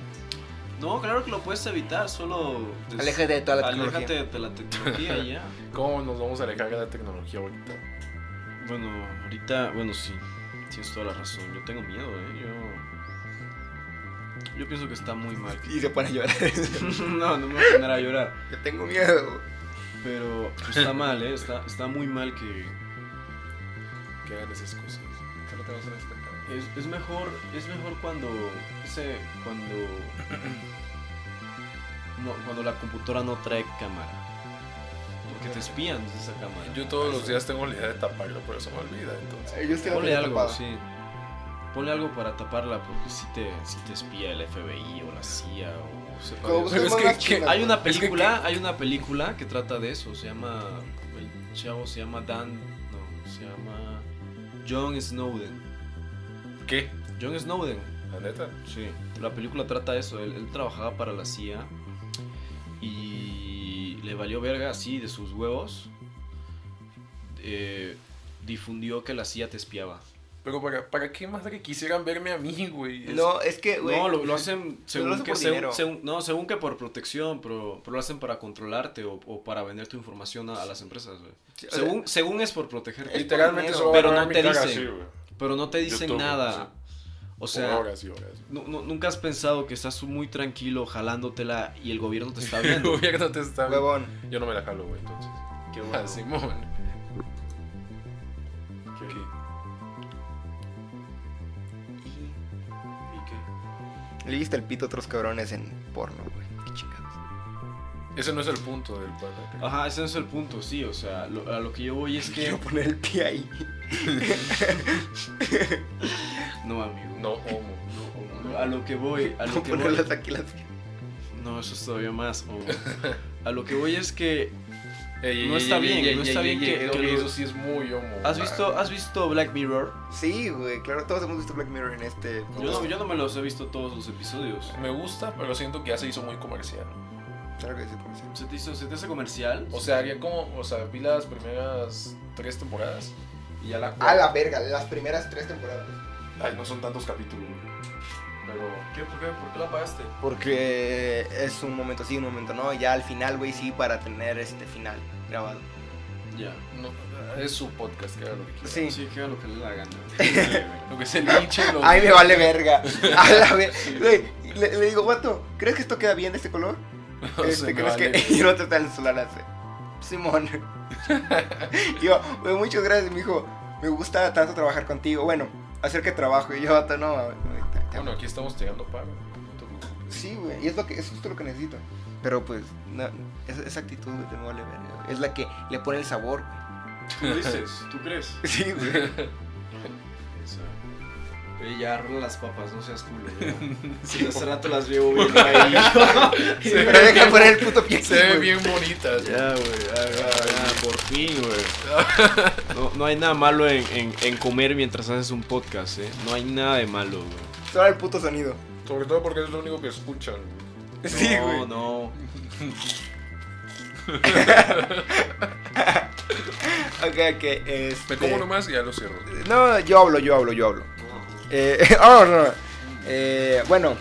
No, claro que lo puedes evitar, solo... des- pues, Aléjate de toda la tecnología. Aléjate de la tecnología y ya. ¿Cómo nos vamos a alejar de la tecnología ahorita? Bueno, ahorita, bueno, sí, tienes toda la razón. Yo tengo miedo, ¿eh? Yo, yo pienso que está muy mal. Y se pone a llorar. no, no me voy a poner a llorar. Yo tengo miedo. Pero está mal, ¿eh? Está, está muy mal que... Que hagan esas cosas. Solo tenemos un espectador. Es, es mejor, es mejor cuando, ese, cuando, no, cuando la computadora no trae cámara, porque te espían desde esa cámara. Yo todos los días tengo la idea de taparlo, pero se me olvida, entonces. Eh, Yo estoy ponle algo, tapada. sí. Ponle algo para taparla, porque si te, si te espía el FBI o la CIA o sepa Como Dios. usted Pero es manda que- chingas, Hay una que- película, hay una película que trata de eso. Se llama, el chavo se llama Dan, no, se llama John Snowden. ¿Qué? John Snowden. ¿La neta? Sí, la película trata eso. Él, él trabajaba para la CIA y le valió verga así de sus huevos. Eh, difundió que la CIA te espiaba. Pero para, para qué más que quisieran verme a mí, güey. Es- No, es que, Eh, güey. no, lo, lo hacen según hace que por según- dinero. según- no, según que por protección, pero, pero lo hacen para controlarte o, o para vender tu información a, a las empresas, güey. Sí, o sea, Según, según es por protegerte, es- literalmente Pero solo van a no ver mi te cara dicen. así, güey. pero no te dicen YouTube, nada. O Por sea, horas y horas. nu- nu- nunca has pensado que estás muy tranquilo jalándotela y el gobierno te está El viendo. gobierno te está- Huevón. Yo no me la jalo, güey, entonces. Qué Ah, Simón. ¿Qué? ¿Y qué? Le viste el pito a otros cabrones en porno, güey. Qué chingados. Ese no es el punto del plan. Ajá, ese no es el punto, sí, o sea, lo- a lo que yo voy es que... Quiero poner el pie ahí. No, amigo. No homo. No, no, no. A lo que voy, a Quiero lo que voy... ponerlas aquí las. No, eso es todavía más. o- A lo que voy es que... Ey, No ey, está ey, bien, ey, no ey, está ey, bien ey, que- ey, que ey, los- Eso sí es muy homo. ¿Has man. visto, ¿has visto Black Mirror? Sí, güey, claro, todos hemos visto Black Mirror en este. Yo no, yo no me los he visto todos los episodios. ah. Me gusta, pero siento que ya se hizo muy comercial. Claro que sí, como siempre. ¿Se te, hizo, se te hace comercial? O sea, había como. O sea, vi las primeras tres temporadas y ya la A cuarta- la verga, las primeras tres temporadas. Ay, no son tantos capítulos. Pero. ¿Qué? ¿Por qué? ¿Por qué la pagaste? Porque es un momento sí, un momento no. Ya al final, güey, sí, para tener este final grabado. Ya. No, es su podcast, que haga lo que quiera. Sí. Sí, que haga lo que le da la gana. güey. Lo que se linche, lo Ay, me vale verga. A la ve- Güey, le, le digo, guato, ¿crees que esto queda bien de este color? no se este, me ¿crees vale. que.? Y el otro está en el solar hace. Simón. Y yo, güey, muchas gracias, mijo. Me gusta tanto trabajar contigo. Bueno, hacer que trabajo. Y yo, vato, no. güey, te- te- Bueno, aquí estamos llegando para. no te preocupes. Sí, güey. Y es, lo que, es justo lo que necesito. Pero pues, no, esa, esa actitud, güey, te me vale verga. Es la que le pone el sabor. Tú dices, tú crees. Sí, güey. Eso. Oye, ya arregla las papas, no seas culo. Si hace rato las llevo viendo ahí. Se Pero deja poner el puto pie. Se ve güey. bien bonitas. Ya, güey, ya, ya, ya, por fin, güey. No, no hay nada malo en, en- en comer mientras haces un podcast, ¿eh? No hay nada de malo, güey. Solo el puto sonido. Sobre todo porque es lo único que escuchan. Sí, güey. No, no. Ok, este que es. Me como nomás y ya lo cierro. No, yo hablo, yo hablo, yo hablo. Eh, oh, no. Eh, bueno,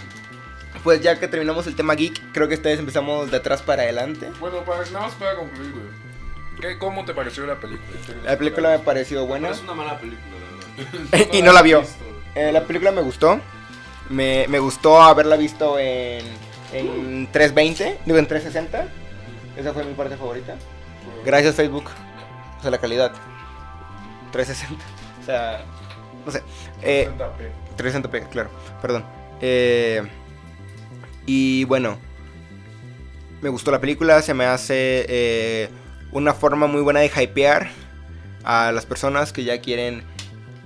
pues ya que terminamos el tema geek, creo que esta vez empezamos de atrás para adelante. Bueno, para, nada más para concluir, güey. ¿Qué- ¿Cómo te pareció la película? La película me pareció buena Es una mala película, la verdad. y no la vio. has visto. Eh, la película me gustó. Me, me gustó haberla visto en, en 320, digo en 360. Esa fue mi parte favorita. Gracias Facebook. O sea, la calidad. 360. O sea, no sé. Eh, 60p. 360p, claro, perdón. Eh, y bueno, me gustó la película, se me hace eh, una forma muy buena de hypear a las personas que ya quieren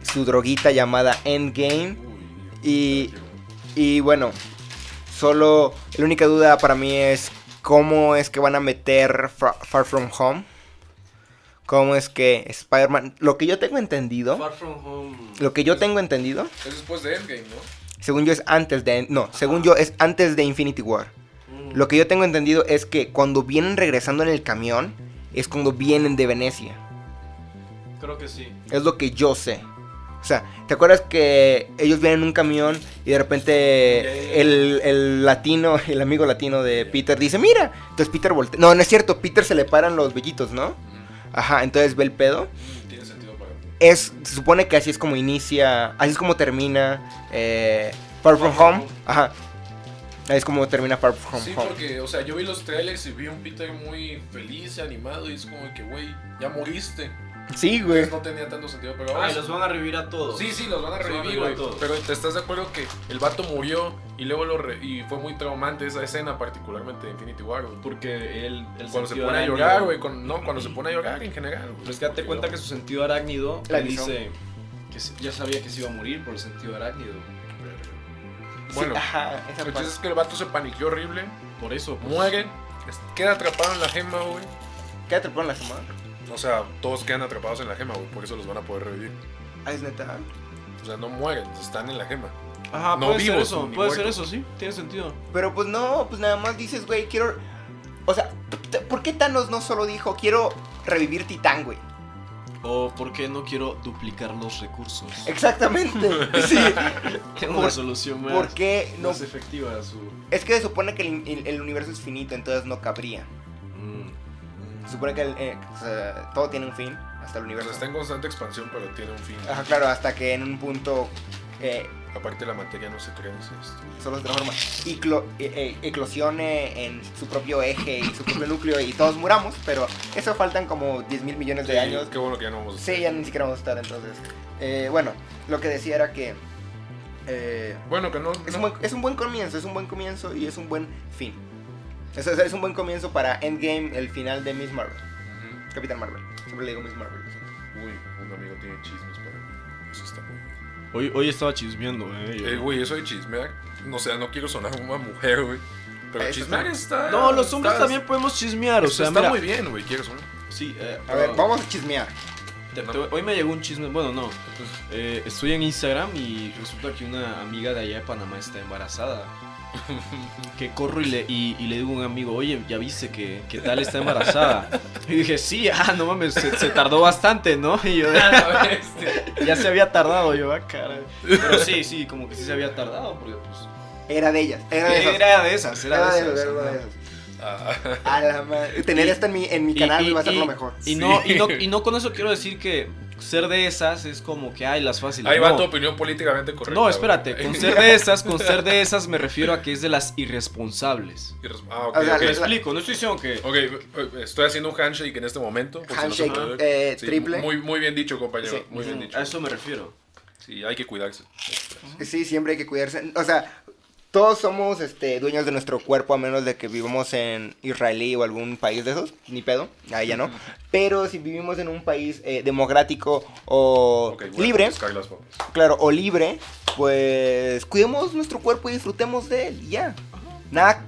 su droguita llamada Endgame. Uy, Y, Dios. y bueno, solo la única duda para mí es cómo es que van a meter Fa- Far From Home. ¿Cómo es que Spider-Man... Lo que yo tengo entendido... Far From Home. Lo que yo tengo entendido... Es después de Endgame, ¿no? Según yo es antes de... No, según yo es antes de Infinity War. Mm. Lo que yo tengo entendido es que cuando vienen regresando en el camión es cuando vienen de Venecia. Creo que sí. Es lo que yo sé. O sea, ¿te acuerdas que ellos vienen en un camión y de Ya, ya, ya. repente el, el latino, el amigo latino de Peter dice, mira, entonces Peter voltea... No, no es cierto, Peter se le paran los vellitos, ¿no? Ajá, entonces ve el pedo. Mm, Tiene sentido para ti. es se supone que así es como inicia, así es como termina eh, Far From Home. Ajá. Ahí es como termina Far From Sí, Home. porque, o sea, yo vi los trailers y vi un Peter muy feliz, animado, y es como que, güey, ya moriste. Sí, güey. Entonces no tenía tanto sentido, pero ahora Ah, y los van a revivir a todos. Sí, sí, los van a Los van a revivir revivir, güey. a todos. Pero ¿te estás de acuerdo que el vato murió y luego lo re- y fue muy traumante esa escena, particularmente de Infinity War, güey? Porque él. él Cuando se pone a llorar, güey. con- no, cuando se pone a llorar en general, güey. Pero es que date cuenta que su sentido arácnido La le avisó. dice que se- ya sabía que se iba a morir por el sentido arácnido. Bueno, Sí, ajá, pues. esa el parte. chiste es que el vato se paniqueó horrible, Por eso. pues, muere, es- queda atrapado en la gema, güey. Quédate con la semana. O sea, todos quedan atrapados en la gema, güey. Por eso los van a poder revivir. Ah, es neta. O sea, no mueren, están en la gema. Ajá, No puede ser vivos, eso. ni Puede ser muertos. eso, sí. Tiene sentido. Pero pues no, pues nada más dices, güey, quiero. O sea, t- ¿por qué Thanos no solo dijo, quiero revivir Titán, güey? O por qué no quiero duplicar los recursos. Exactamente. sí. Tengo una por- solución más, ¿Por qué no? más efectiva. Su... Es que se supone que el- el- el universo es finito, entonces no cabría. Mm. Se supone que el- eh, o sea, todo tiene un fin, hasta el O universo. sea, está en constante expansión, pero tiene un fin. Ajá, claro, hasta que en un punto eh, Aparte, la materia no se crea, este, no se destruye. solo se transforma, iclo- eh, eh, eclosione en su propio eje y su propio núcleo y todos muramos, pero eso faltan como 10 mil millones de años. Qué bueno que ya no vamos a Sí, ya ni siquiera vamos a estar entonces. Eh, bueno, lo que decía era que eh, Bueno, que no. es, no- un buen, es un buen comienzo, es un buen comienzo y es un buen fin. Es, es- es un buen comienzo para Endgame, el final de Miss Marvel, Ujú. Capitán Marvel. Siempre le digo Miss Marvel. lo siento. Uy, un amigo tiene chismes para mí. Eso está muy bien. Hoy, hoy estaba chismeando, eh. yo. Eh, güey, eso de chismear. No, o sea, no quiero sonar como una mujer, güey. Pero Eso chismear está. no, los hombres está- también podemos chismear. O sea, está mira. muy bien, güey. Quiero sonar. Sí, eh, A ver, pero- vamos a chismear. Te- te- hoy me llegó un chisme, bueno, no. eh, estoy en Instagram y resulta que una amiga de allá de Panamá está embarazada. Que corro y le, y, y le digo a un amigo, oye, ya viste que, que tal está embarazada. Y dije, sí, ah, no mames, se, se tardó bastante, ¿no? este. Y yo, ya se había tardado, yo, ah, caray. Pero sí, sí, como que sí se había tardado, porque pues. Era de ellas. Era de esas. Era de esas, era de esas. esas, ajá. era de esas. Ah, A la madre. Tener Y- esto en mi, en mi Y- canal y- va a ser y- lo mejor. Y, Sí. no, y, no, y no con eso quiero decir que ser de esas es como que hay las fáciles. ahí va no. tu opinión políticamente correcta. No, espérate, güey. con ser de esas, con ser de esas me refiero a que es de las irresponsables. Irres- Ah, ok, O sea, ok. Me Es la- explico, no estoy diciendo que Ok, eh, estoy haciendo un handshake en este momento. por si no se Handshake, puede ver. eh, Sí, triple. Muy, muy bien dicho, compañero. Sí. Muy bien dicho. a eso me refiero. Sí, hay que cuidarse. Sí, siempre hay que cuidarse. O sea, todos somos este, dueños de nuestro cuerpo a menos de que vivamos en israelí o algún país de esos. Ni pedo, ahí ya no. Pero si vivimos en un país eh, democrático o Ok, voy a Oh, libre, buscar las papas. claro, o libre, pues cuidemos nuestro cuerpo y disfrutemos de él. y Ya. Nada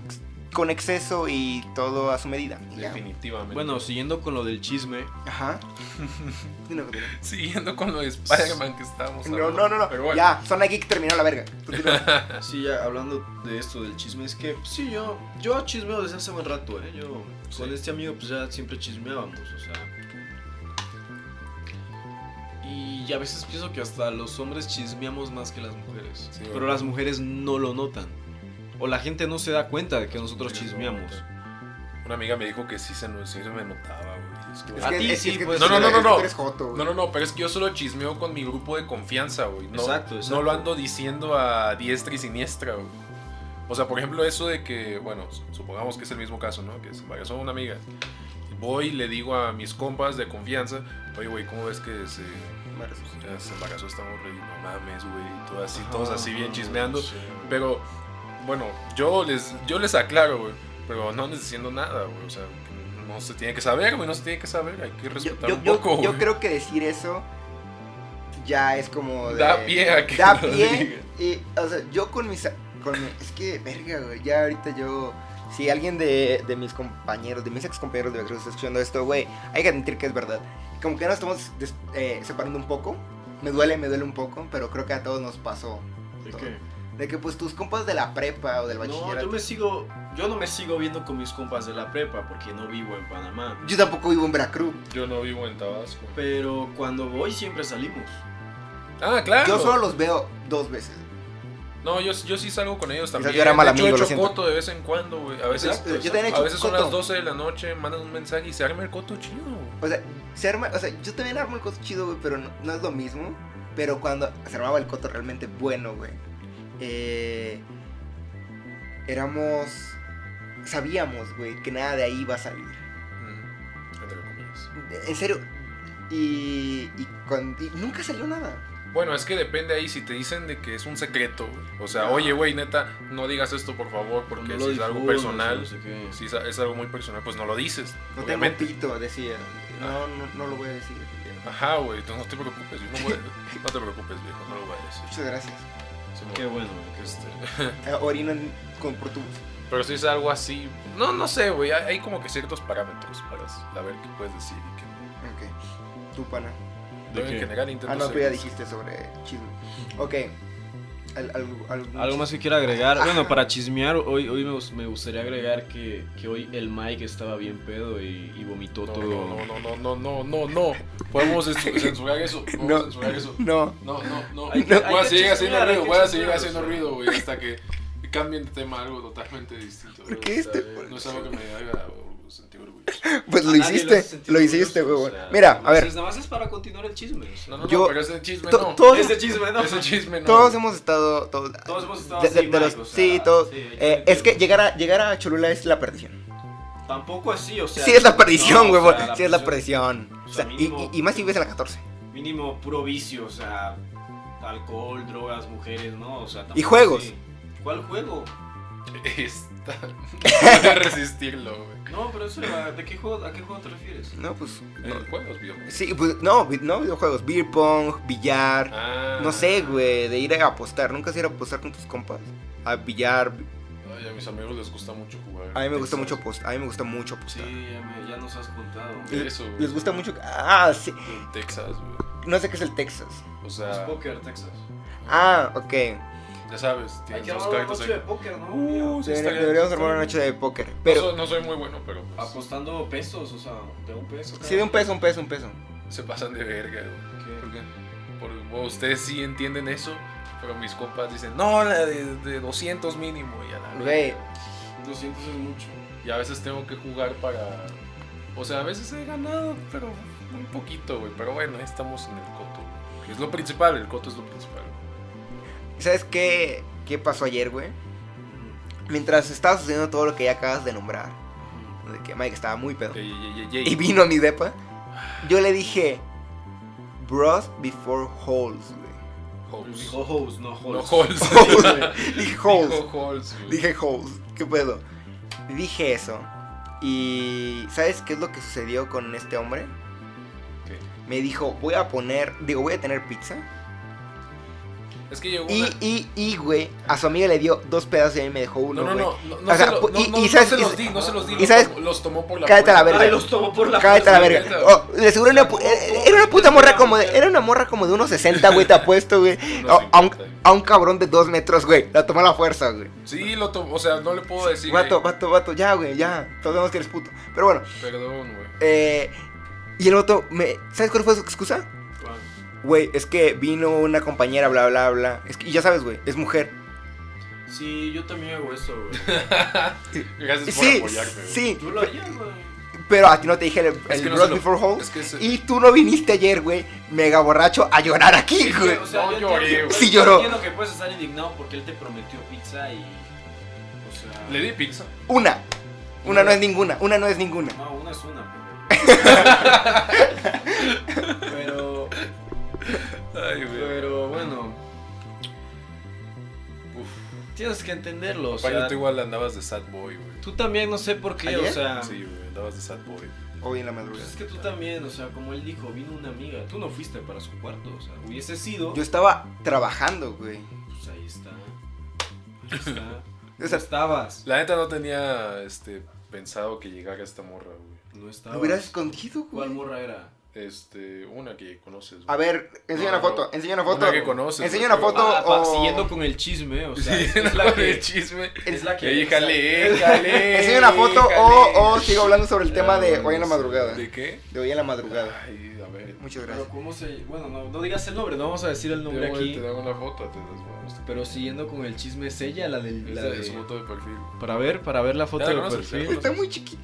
con exceso y todo a su medida. y ya. Definitivamente. Bueno, siguiendo con lo del chisme, Ajá. Sí, no, continúa. siguiendo con lo de Spider-Man que estábamos No, no, no, no. Pero bueno. Ya, Zona Geek terminó la verga. Continúa. sí, ya hablando de esto del chisme, es que pues sí, yo, yo chismeo desde hace buen rato, ¿eh? Yo con Sí. este amigo pues ya siempre chismeábamos, o sea. Y a veces pienso que hasta los hombres chismeamos más que las mujeres. Sí, pero bueno. las mujeres no lo notan. O la gente no se da cuenta de que nosotros Sí, chismeamos. Una amiga me dijo que sí se, no- sí se me notaba, güey. Es que- Es A que- ti es sí, que- pues. es que No, no, no, tú eres- no, no. tú eres joto, güey. No, no, no, pero es que yo solo chismeo con mi grupo de confianza, güey. No, Exacto, exacto. No lo ando diciendo a diestra y siniestra, güey. O sea, por ejemplo, eso de que, bueno, su- supongamos que es el mismo caso, ¿no? Que se embarazó una amiga. Voy y le digo a mis compas de confianza, oye, güey, ¿cómo ves que se, ya se embarazó esta morra? Y no mames, güey, y todo así, todos así bien chismeando. Sí. Pero, bueno, yo les, yo les aclaro, güey, pero no les diciendo nada, güey. O sea, que no se tiene que saber, güey, no se tiene que saber, hay que Yo, respetar yo- un yo- poco, yo güey. creo que decir eso ya es como de- Da pie a que da lo diga. pie y o sea yo con mis con mi- es que verga güey ya ahorita yo si alguien de, de mis compañeros de mis ex compañeros de Veracruz está escuchando esto güey hay que admitir que es verdad como que nos estamos des- eh, separando un poco me duele me duele un poco pero creo que a todos nos pasó ¿De todo. qué? de que pues tus compas de la prepa o del No, bachillerato yo me sigo, yo no me sigo viendo con mis compas de la prepa porque no vivo en Panamá. yo tampoco vivo en Veracruz Yo no vivo en Tabasco. Pero cuando voy siempre salimos. Ah, claro. yo solo los veo dos veces No, yo, yo sí salgo con ellos también. yo era mal de hecho, amigo, echo lo siento. coto de vez en cuando, güey. A veces, pues, Exacto, yo también he hecho a veces son coto. las 12 de la noche, mandan un mensaje y se arma el coto chido. güey. O sea, se arma, o sea, yo también armo el coto chido, güey, pero no, no es lo mismo. Pero cuando se armaba el coto realmente bueno, güey. eh, éramos. Sabíamos, güey, que nada de ahí iba a salir. Mm, entre comillas. En serio. Y, y, con- y nunca salió nada. Bueno, es que depende ahí si te dicen de que es un secreto, güey. O sea, No. oye, güey, neta, no digas esto, por favor, porque No si lo es algo difundas, personal, no sé qué. si es, es algo muy personal, pues no lo dices. No obviamente. tengo pito, decía. No, no, no lo voy a decir. Ajá, güey, tú no te preocupes, yo no, voy a- no te preocupes, viejo, no lo voy a decir. Muchas gracias. Sí, no. Qué bueno, güey, que este- Eh, orino en- con, por tu- Pero si es algo así. No, no sé, güey. Hay, hay como que ciertos parámetros para saber qué puedes decir y qué no. Ok. Tu pana. Yo en qué? general intento. Ah, no, ser- tú ya dijiste sobre chisme. Ok. Al- algo- algún Algo más chisme. que quiera agregar. Ajá. Bueno, para chismear, hoy, hoy me, gus- me gustaría agregar que, que hoy el Mike estaba bien pedo y, y vomitó No, todo. no, no, no, no, no, no, no. Podemos censu- censurar eso. Podemos No. censurar eso. No. No, no, no. Hay que- hay voy a que seguir haciendo chismear, hay ruido, que voy a seguir chismear, haciendo o sea. ruido, güey, hasta que cambien de tema a algo totalmente distinto. ¿Por güey. eh, qué este? No es algo que me haga o- sentir orgulloso. Pues A lo nadie hiciste, hace sentir lo hiciste, orgulloso, huevón. o sea, Mira, a pues ver, es- Nada más es para continuar el chisme. o sea. No, no, no, Yo- pero ese chisme to- no. todos, Ese chisme, no. Ese chisme no. todos hemos estado. Todos, Todos hemos estado de- así, de- de los- Mike, o sea, Sí, todos. sí, hay eh, que es que llegar a, llegar a Cholula es la perdición. Tampoco así, o sea. sí, es la no, perdición, o huevón. sea, Pues sí, es la perdición. O sea, y, mínimo- y- y más si ves a la 14. Mínimo puro vicio, o sea, alcohol, drogas, mujeres, ¿no? O sea, tampoco Y juegos. así. ¿Cuál juego? Está... No puedo resistirlo, güey. No, pero eso, ¿a, de qué juego, ¿a qué juego te refieres? No, pues. no. En juegos, videojuegos. Sí, pues no, vi- no videojuegos. Beer pong, billar. Ah. No sé, güey, de ir a apostar. Nunca has ido a apostar con tus compas. A billar. Ay, a mis amigos les gusta mucho jugar. A mí me gusta mucho Eso, apostar. A mí me gusta mucho apostar. Sí, ya, me- ya nos has contado. Le- Eso, güey. Les gusta mucho. Ah, sí. En Texas, güey. No sé qué es el Texas. O Es sea, póker, Texas. Ah, ok. ya sabes, Hay tienes que dos armar una cartas noche ahí. de póker, ¿no? Uh, sí, Debería- estaría- deberíamos estaría armar una bien. noche de póker. no, Pero soy, no soy muy bueno, pero pues, Apostando pesos, o sea, de un peso. sí, de un peso, un peso, un peso. se pasan de verga, güey. peso. Por- bueno, ustedes sí entienden eso, pero mis compas dicen, no, la de, de 200 mínimo. Y a la verga. Güey, 200 es mucho. Y a veces tengo que jugar para. O sea, a veces he ganado, pero muy poquito, güey. Pero bueno, ahí estamos en el coto. Que es lo principal, el coto es lo principal. ¿Sabes qué, qué pasó ayer, güey? Mientras estaba sucediendo todo lo que ya acabas de nombrar, de que Mike estaba muy pedo, Ey, ey, ey, ey, ey. y vino a mi depa, yo le dije, bros before holes, güey. Holes. Dijo hoes, no hoes. No holes. Dije Dijo holes. holes, güey. Dije holes, qué pedo. Dije eso. Y ¿sabes qué es lo que sucedió con este hombre? ¿Qué? Me dijo, voy a poner, digo, voy a tener pizza. Es que llegó Y, una. y, y, güey, a su amiga le dio dos pedazos y a mí me dejó uno, No, no, güey. no, no, no O sea, se lo- pues, no, y- no- y no sabes- se y- los di, no se los di, y los sabes- tomó- los tomó por la Cállate a la fuerza. verga. Ay, los tomó por la Cállate a la fuerza, verga. Oh, de seguro era, pu- eh, era una puta morra como de, era una morra como de unos 60, güey, te apuesto, güey. Oh, Unos A, a un, 50. a un cabrón de dos metros, güey. La tomó a la fuerza, güey. Sí, lo tomó, o sea, no le puedo decir. Vato, "Ey, vato, vato, ya, güey, ya. Todos sabemos que eres puto. Pero bueno, Perdón, güey. eh, y el vato, me, ¿sabes cuál fue su excusa? Güey, es que vino una compañera, bla, bla, bla. Es que, y ya sabes, güey, es mujer. Sí, yo también hago eso, güey. Gracias por Sí, apoyarme. güey. sí, Tú lo harías, güey. pero a ti no te dije el, Es el que no Bros se lo- Before Hoes. Es que se- Y tú no viniste ayer, güey, mega borracho, a llorar aquí, güey. O sea, No yo lloré, entiendo- güey. Sí lloró. Entiendo que puedes estar indignado porque él te prometió pizza y. O sea. le di pizza. Una. Una no es ninguna, una no es ninguna. No, una es una, pendejo. pero. Ay, güey. Pero bueno, Uf. tienes que entenderlo. O Paño, sea, tú igual andabas de sad boy, güey. tú también, no sé por qué, ¿Ayer? o sea. Sí, güey, andabas de sad boy. Hoy en la pues madrugada. es que tú también, o sea, como él dijo, vino una amiga. Tú no fuiste para su cuarto, o sea, hubiese sido. Yo estaba trabajando, güey. Pues ahí está. Ahí está. O No sea, estabas. La neta no tenía este pensado que llegara esta morra, güey. No me hubieras estabas. escondido, ¿Cuál güey. morra era? Este, una que conoces. A güey. ver, enseña No, una foto, enseña una una foto. que conoces, enseña güey, una foto Ah, pa- o... Siguiendo con el chisme, o sea, es, oh. Sí, es no, la de que. chisme. eh. Es la que. Ey, jale, jale. Enseña una foto o, o sigo hablando sobre el Ya, tema de güey, hoy en la no sé. madrugada. Ah, ¿De qué? De hoy en la madrugada. Ay, a ver. Muchas Pero gracias. cómo se. Bueno, no, no digas el nombre, no vamos a decir el nombre Te- aquí. Te dan una foto, te das bueno, este- Pero siguiendo con el chisme, es ella la del. La Esta es su de... foto de perfil. Para ver, para ver la foto Ya la de conoces, ya la perfil. conoces. Pues Está muy chiquito.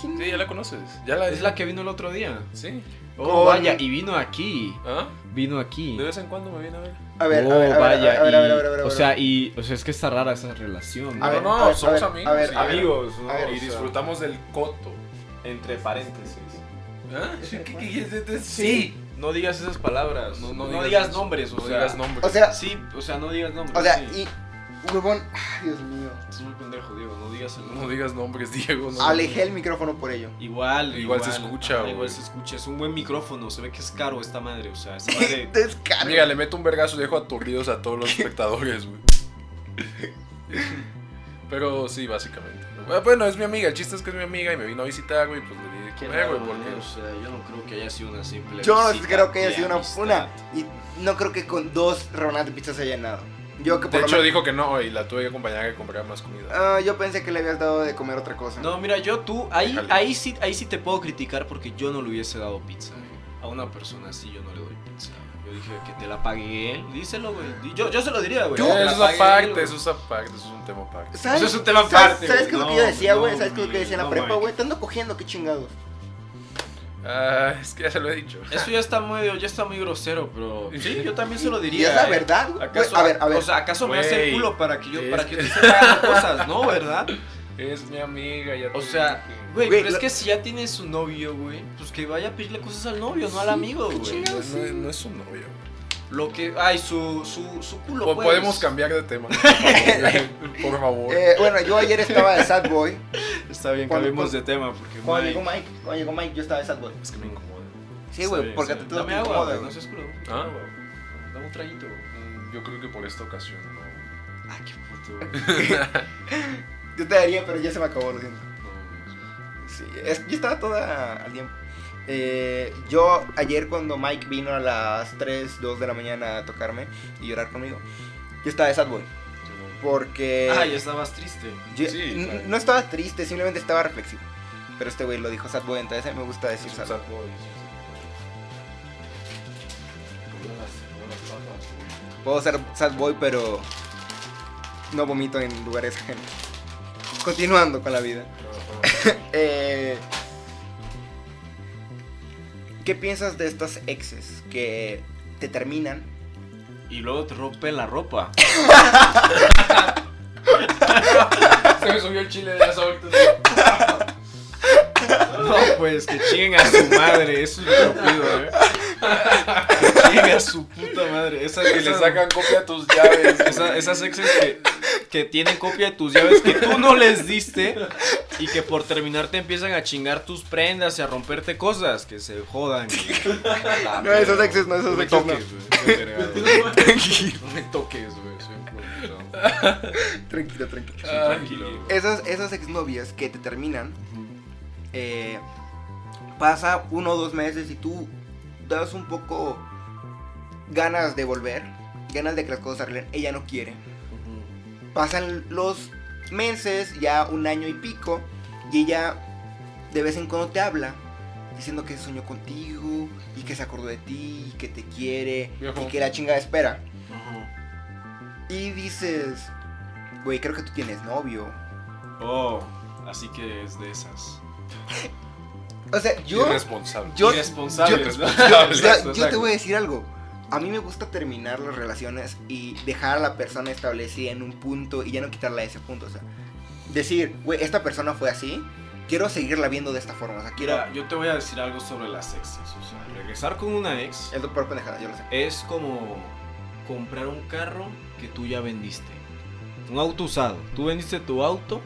¿Quién? Sí, ya la conoces. Ya la Es la que vino el otro día. Sí. Oh, Con- vaya, y vino aquí. ¿Ah? Vino aquí. De vez en cuando me viene a ver. A ver, oh, a ver, a ver, vaya. a ver, a ver, y- a ver, a ver, a O ver. sea, y. O sea, es que está rara esa relación. A ¿no? ver, no, a ver, somos a ver, A amigos, ver, sí, a ver. amigos, ¿no? a ver, O Y sea, disfrutamos del coto. entre paréntesis. ¿Ah? ¿Qué, qué, qué- qué- Sí. No digas esas palabras. No, No, no digas digas, eso. nombres, o No sea. digas nombres. O sea, Sí, o sea, no digas nombres. o sea, sí. y... Huevón, ay, Dios mío. Es muy pendejo, Diego, no digas el nombre. no digas nombres, Diego. No. Alejé el micrófono por ello. Igual, Igual se escucha, ajá, güey. Igual se escucha, es un buen micrófono, se ve que es caro esta madre, o sea, esta madre... Descaro. Mira, le meto un vergazo y dejo aturdidos a todos los espectadores, güey. Pero sí, básicamente. Bueno, Bueno, es mi amiga, el chiste es que es mi amiga y me vino a visitar, güey, pues le di de Qué comer, güey, raro, porque... ¿no? O sea, yo no creo que haya sido una simple Yo no visita creo que de haya sido una, amistad. una. Y no creo que con dos rebanadas de pizza se haya llenado. Yo que por De lo hecho menos- dijo que no, y la tuve que acompañar a que comprara más comida. Ah, yo pensé que le habías dado de comer otra cosa. No, mira, yo tú, ahí, Déjale. ahí, sí, ahí sí te puedo criticar porque yo no le hubiese dado pizza. güey. A una persona así yo no le doy pizza. Yo dije que te la pagué él. Díselo, güey. Di- Yo, yo se lo diría, güey. Yo, que te la eso pague es él, aparte, güey. eso es aparte, eso es un tema aparte. ¿Sabes? Eso pues es un tema ¿Sabes- aparte, ¿Sabes güey. qué es lo que No, yo decía, no, güey? ¿Sabes qué es lo que güey, decía en la no, prepa, Mike. güey? Te ando cogiendo, qué chingados. Ah, es que ya se lo he dicho. Eso ya está muy, ya está muy grosero, pero sí, yo también se lo Y diría. es la eh. verdad, güey. ¿Acaso, A ver, a ver. O sea, ¿acaso me hace Güey, el culo para que yo, es para que que- te esté pagando cosas, no, verdad? Es mi amiga, ya O te sea, dije. güey, Güey, pero es la- que si ya tienes un novio, güey, pues que vaya a pedirle cosas al novio, no al amigo, qué güey. chingado. No, no- no es su novia, güey. Lo que, ay, su, su, su culo, Po- pues. Podemos cambiar de tema. Por favor. Eh, bueno, yo ayer estaba de sad boy. Está bien, Cuando- cuando- cambiemos de tema, porque, Cuando Mike- llegó Mike, cuando llegó Mike, yo estaba de sad boy. Es que me incomoda. Sí, güey, porque te todo Dame te agua, incomoda, güey, no güey. seas culo. Ah. güey. Dame un traguito, güey. Mm, Yo creo que por esta ocasión no. güey. Ah, qué puto, güey. Yo te daría, pero ya se me acabó, lo siento. No, Sí, es- yo estaba toda al tiempo. Eh, yo ayer cuando Mike vino a las 3, 2 de la mañana a tocarme y llorar conmigo, yo estaba de sad boy. Porque... güey. Ah, ya estabas triste. Yo- Sí, n- claro. No estaba triste, simplemente estaba reflexivo. Pero este güey lo dijo Sad Boy, entonces a mí me gusta Es decir un Sad Boy. sad boy. Puedo ser Sad Boy, pero no vomito en lugares ajenos. Continuando con la vida. Eh, ¿Qué piensas de estas exes que te terminan? Y luego te rompen la ropa. Se me subió el chile de las ahorita. No, pues que chinguen a su madre, eso es lo que yo pido, eh. Que chinguen a su puta madre. Esa Que le sacan copia a tus llaves. Esa- esas exes que, que tienen copia de tus llaves que tú no les diste y que por terminar te empiezan a chingar tus prendas y a romperte cosas que se jodan. güey. La No, esas verga. exes, no, No esas me exes, no. toques, güey. la verga, güey. No me toques, güey. Soy un puto. Tranquilo, tranquilo. Ah. Tranquilo. güey. Esas, esas exnovias que te terminan, eh, pasa uno o dos meses y tú das un poco ganas de volver, ganas de que las cosas se arreglen. Ella no quiere. Pasan los meses, ya un año y pico, y ella de vez en cuando te habla diciendo que soñó contigo y que se acordó de ti y que te quiere Viejo. y que la chingada espera. Ujú. Y dices, güey, creo que tú tienes novio. Oh, así que es de esas. O sea, yo, Irresponsable. yo, Irresponsables, ¿no? o sea, Exacto, yo te exacto. voy a decir algo. A mí me gusta terminar las relaciones y dejar a la persona establecida en un punto y ya no quitarla de ese punto. O sea, decir, güey, esta persona fue así, quiero seguirla viendo de esta forma. O sea, quiero. Mira, yo te voy a decir algo sobre las exes. O sea, regresar con una ex Es lo peor pendejada, yo lo sé. es como comprar un carro que tú ya vendiste. Un auto usado. Tú vendiste tu auto.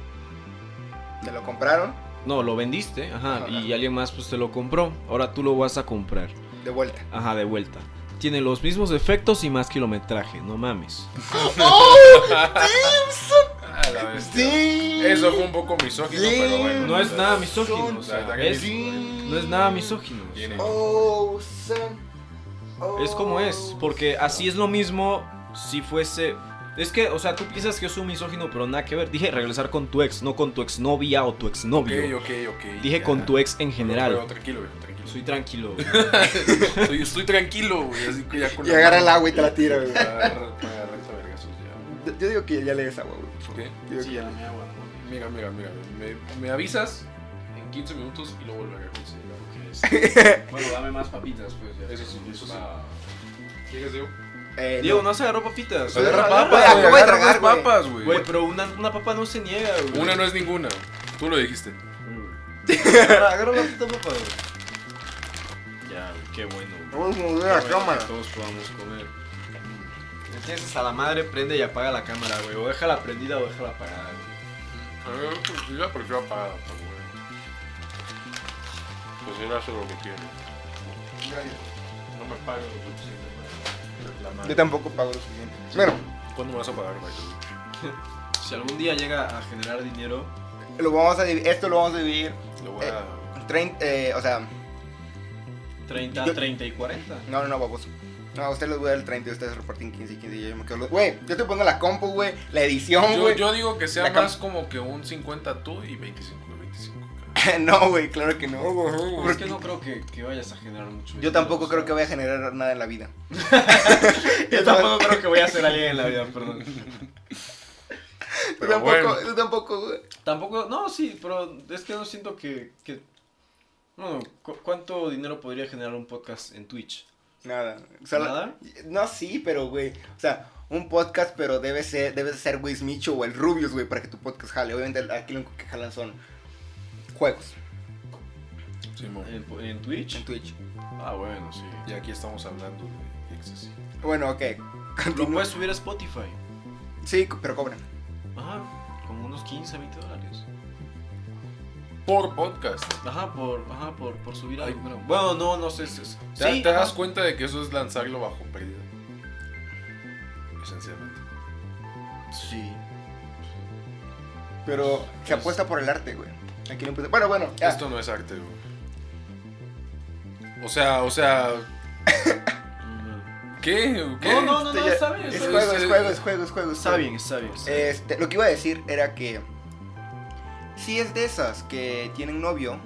Te lo compraron No, lo vendiste, ajá, Ajá. y alguien más pues te lo compró. Ahora tú lo vas a comprar. de vuelta. Ajá, de vuelta. Tiene los mismos efectos y más kilometraje, no mames. ¡Oh! Ah, la bestia. Sí. Eso fue un poco misógino, Sí. pero bueno. No es nada misógino, o La verdad sea, que es- sí. no es nada misógino. o sea, Tiene- Oh, son. Oh, Es como es, porque así es lo mismo si fuese... Es que, o sea, tú piensas que es un misógino, pero nada que ver. Dije regresar con tu ex, no con tu exnovia o tu Ok, exnovio. ok, ok. Dije ya. con tu ex en Pero general. tranquilo, viejo, tranquilo. Soy tranquilo. güey. Estoy, estoy tranquilo, güey. Así que ya con Y agarra el agua y te la tira, güey. Agarra- agarra esta vergazos ya. Yo- Yo digo que ya le des agua, güey. ¿Qué? Yo digo que ya. Mira, mira, mira. Me, me avisas en 15 minutos y luego vuelvo a considerar que es. Bueno, dame más papitas, pues. ya. Eso sí, eso sí. Va. ¿Quieres, Diego? Eh, Diego, no has agarrado papitas. Agarra papas, Agarra papas, acabo güey. de agarra tragar, más güey. papas, güey. Güey, pero una, una papa no se niega, güey. Una no es ninguna. Tú lo dijiste. Mm. Agarra, agarra una puta papa, güey. Ya, güey, qué bueno. güey. Vamos a mover Qué la bueno cámara. que Todos podamos comer. Me tienes hasta la madre, prende y apaga la cámara, güey. O déjala prendida o déjala apagada, güey. A ver, pues, Yo la prefiero apagada, pues, güey. Pues él hace lo que quiere. No me paga lo suficiente para la madre. Yo tampoco pago lo suficiente. Bueno, ¿Cuándo me vas a pagar, Michael? Si algún día llega a generar dinero, lo vamos a divi- esto lo vamos a dividir. Lo voy a. trein- eh, o sea, 30, Yo- 30 y 40. no, no, no, baboso. No, a ustedes les voy a dar el 30 y ustedes reparten 15 y 15 y yo me quedo... los- Güey, yo te pongo la compu, güey, la edición, Yo, güey. yo digo que sea La cam- más como que un 50 tú y 25 25. no, güey, claro que no. Pues Porque Es que no creo que, que vayas a generar mucho Yo tampoco creo que vaya a generar nada en la vida. Yo tampoco creo que voy a ser alguien en la vida, perdón. Yo Pero tampoco, bueno. yo tampoco, güey. Tampoco, no, sí, pero es que no siento que... que no, cu- ¿cuánto dinero podría generar un podcast en Twitch? Nada. Solo- ¿Nada? No, sí, pero, güey. O sea, un podcast, pero debe ser, debe ser Luis Micho o el Rubius, güey, para que tu podcast jale. Obviamente aquí lo único que jalan son juegos Sí, mo. ¿En, po- en Twitch? en Twitch. Ah, bueno, sí. Y aquí estamos hablando de exceso. Bueno, ok. Lo Continúa. puedes subir a Spotify. Sí, pero cobran. Ajá, como unos 15, 20 dólares. Por podcast. Ajá, por, ajá, por, por subir Ay, algo. Bueno, bueno, no, no sé. sé- sé. ¿Te, Sí, te ajá. das cuenta de que eso es lanzarlo bajo pérdida? Esencialmente. Sí. Pero se Pues- apuesta por el arte, güey. Aquí no empieza- Bueno, bueno, ya. Esto no es arte, güey. O sea, o sea, ¿qué? ¿Qué? No, no, no, no, Este, ya- está bien. Es Está eso- juego, bien. es eso- juego, es juego, es juego. es Está juego. bien, está bien. está bien. Este, lo que iba a decir era que si es de esas que tienen novio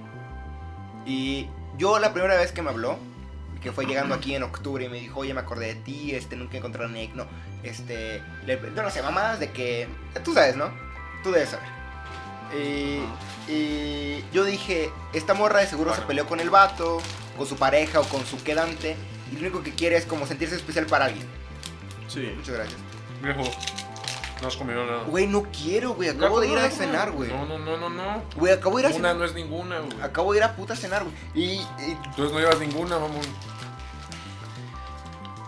y yo la primera vez que me habló, que fue llegando aquí en octubre y me dijo, oye, me acordé de ti, este, nunca encontré a Nick, no, este, le- no, no sé, mamadas de que, tú sabes, ¿no? Tú debes saber. Y, y yo dije, esta morra de seguro se peleó con el vato, con su pareja o con su quedante. Y lo único que quiere es como sentirse especial para alguien. Sí. Muchas gracias. Viejo, no has comido nada. Güey, no quiero, güey. Acabo Ya, de ir a cómelo, cómelo. cenar, güey. No, no, no, no, no. Güey, acabo de ir a Una cenar. no es ninguna, güey. Acabo de ir a puta cenar, güey. Y, y Entonces no llevas ninguna, mamón.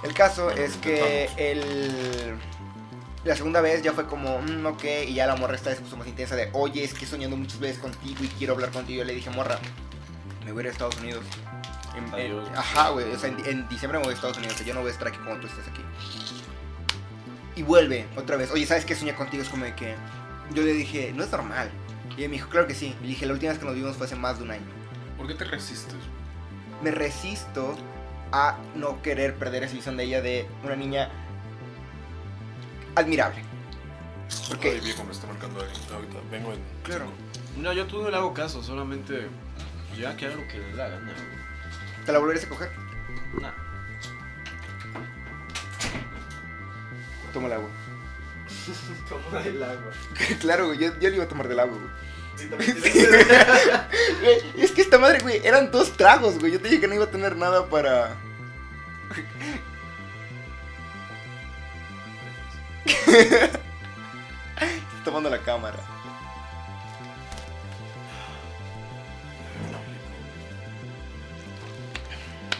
el caso Bueno, es que el... La segunda vez ya fue como, mm, ok, y ya la morra esta vez se puso más intensa de, oye, es que estoy soñando muchas veces contigo y quiero hablar contigo. Yo le dije, morra, me voy a ir a Estados Unidos. En- en- Adiós. ajá, güey, o sea, en, en diciembre me voy a Estados Unidos, o sea, yo no voy a estar aquí cuando tú estés aquí. Y vuelve otra vez, oye, ¿sabes qué soñé contigo? Es como de que yo le dije, no es normal. Y ella me dijo, claro que sí. Le dije, la última vez que nos vimos fue hace más de un año. ¿Por qué te resistes? me resisto a no querer perder esa visión de ella de una niña admirable. ¿Por qué? qué? viejo, me está marcando ahí. Ahorita vengo en. Claro. cinco. No, yo tú no le hago caso, solamente ya que haga lo que le da gana. güey. ¿Te la volverías a coger? Nah. Toma el agua. Toma el agua. claro, güey, yo, yo le iba a tomar del agua, güey. Sí, Güey, Es que esta madre, güey, eran dos tragos, güey. Yo te dije que no iba a tener nada para. Estoy tomando la cámara.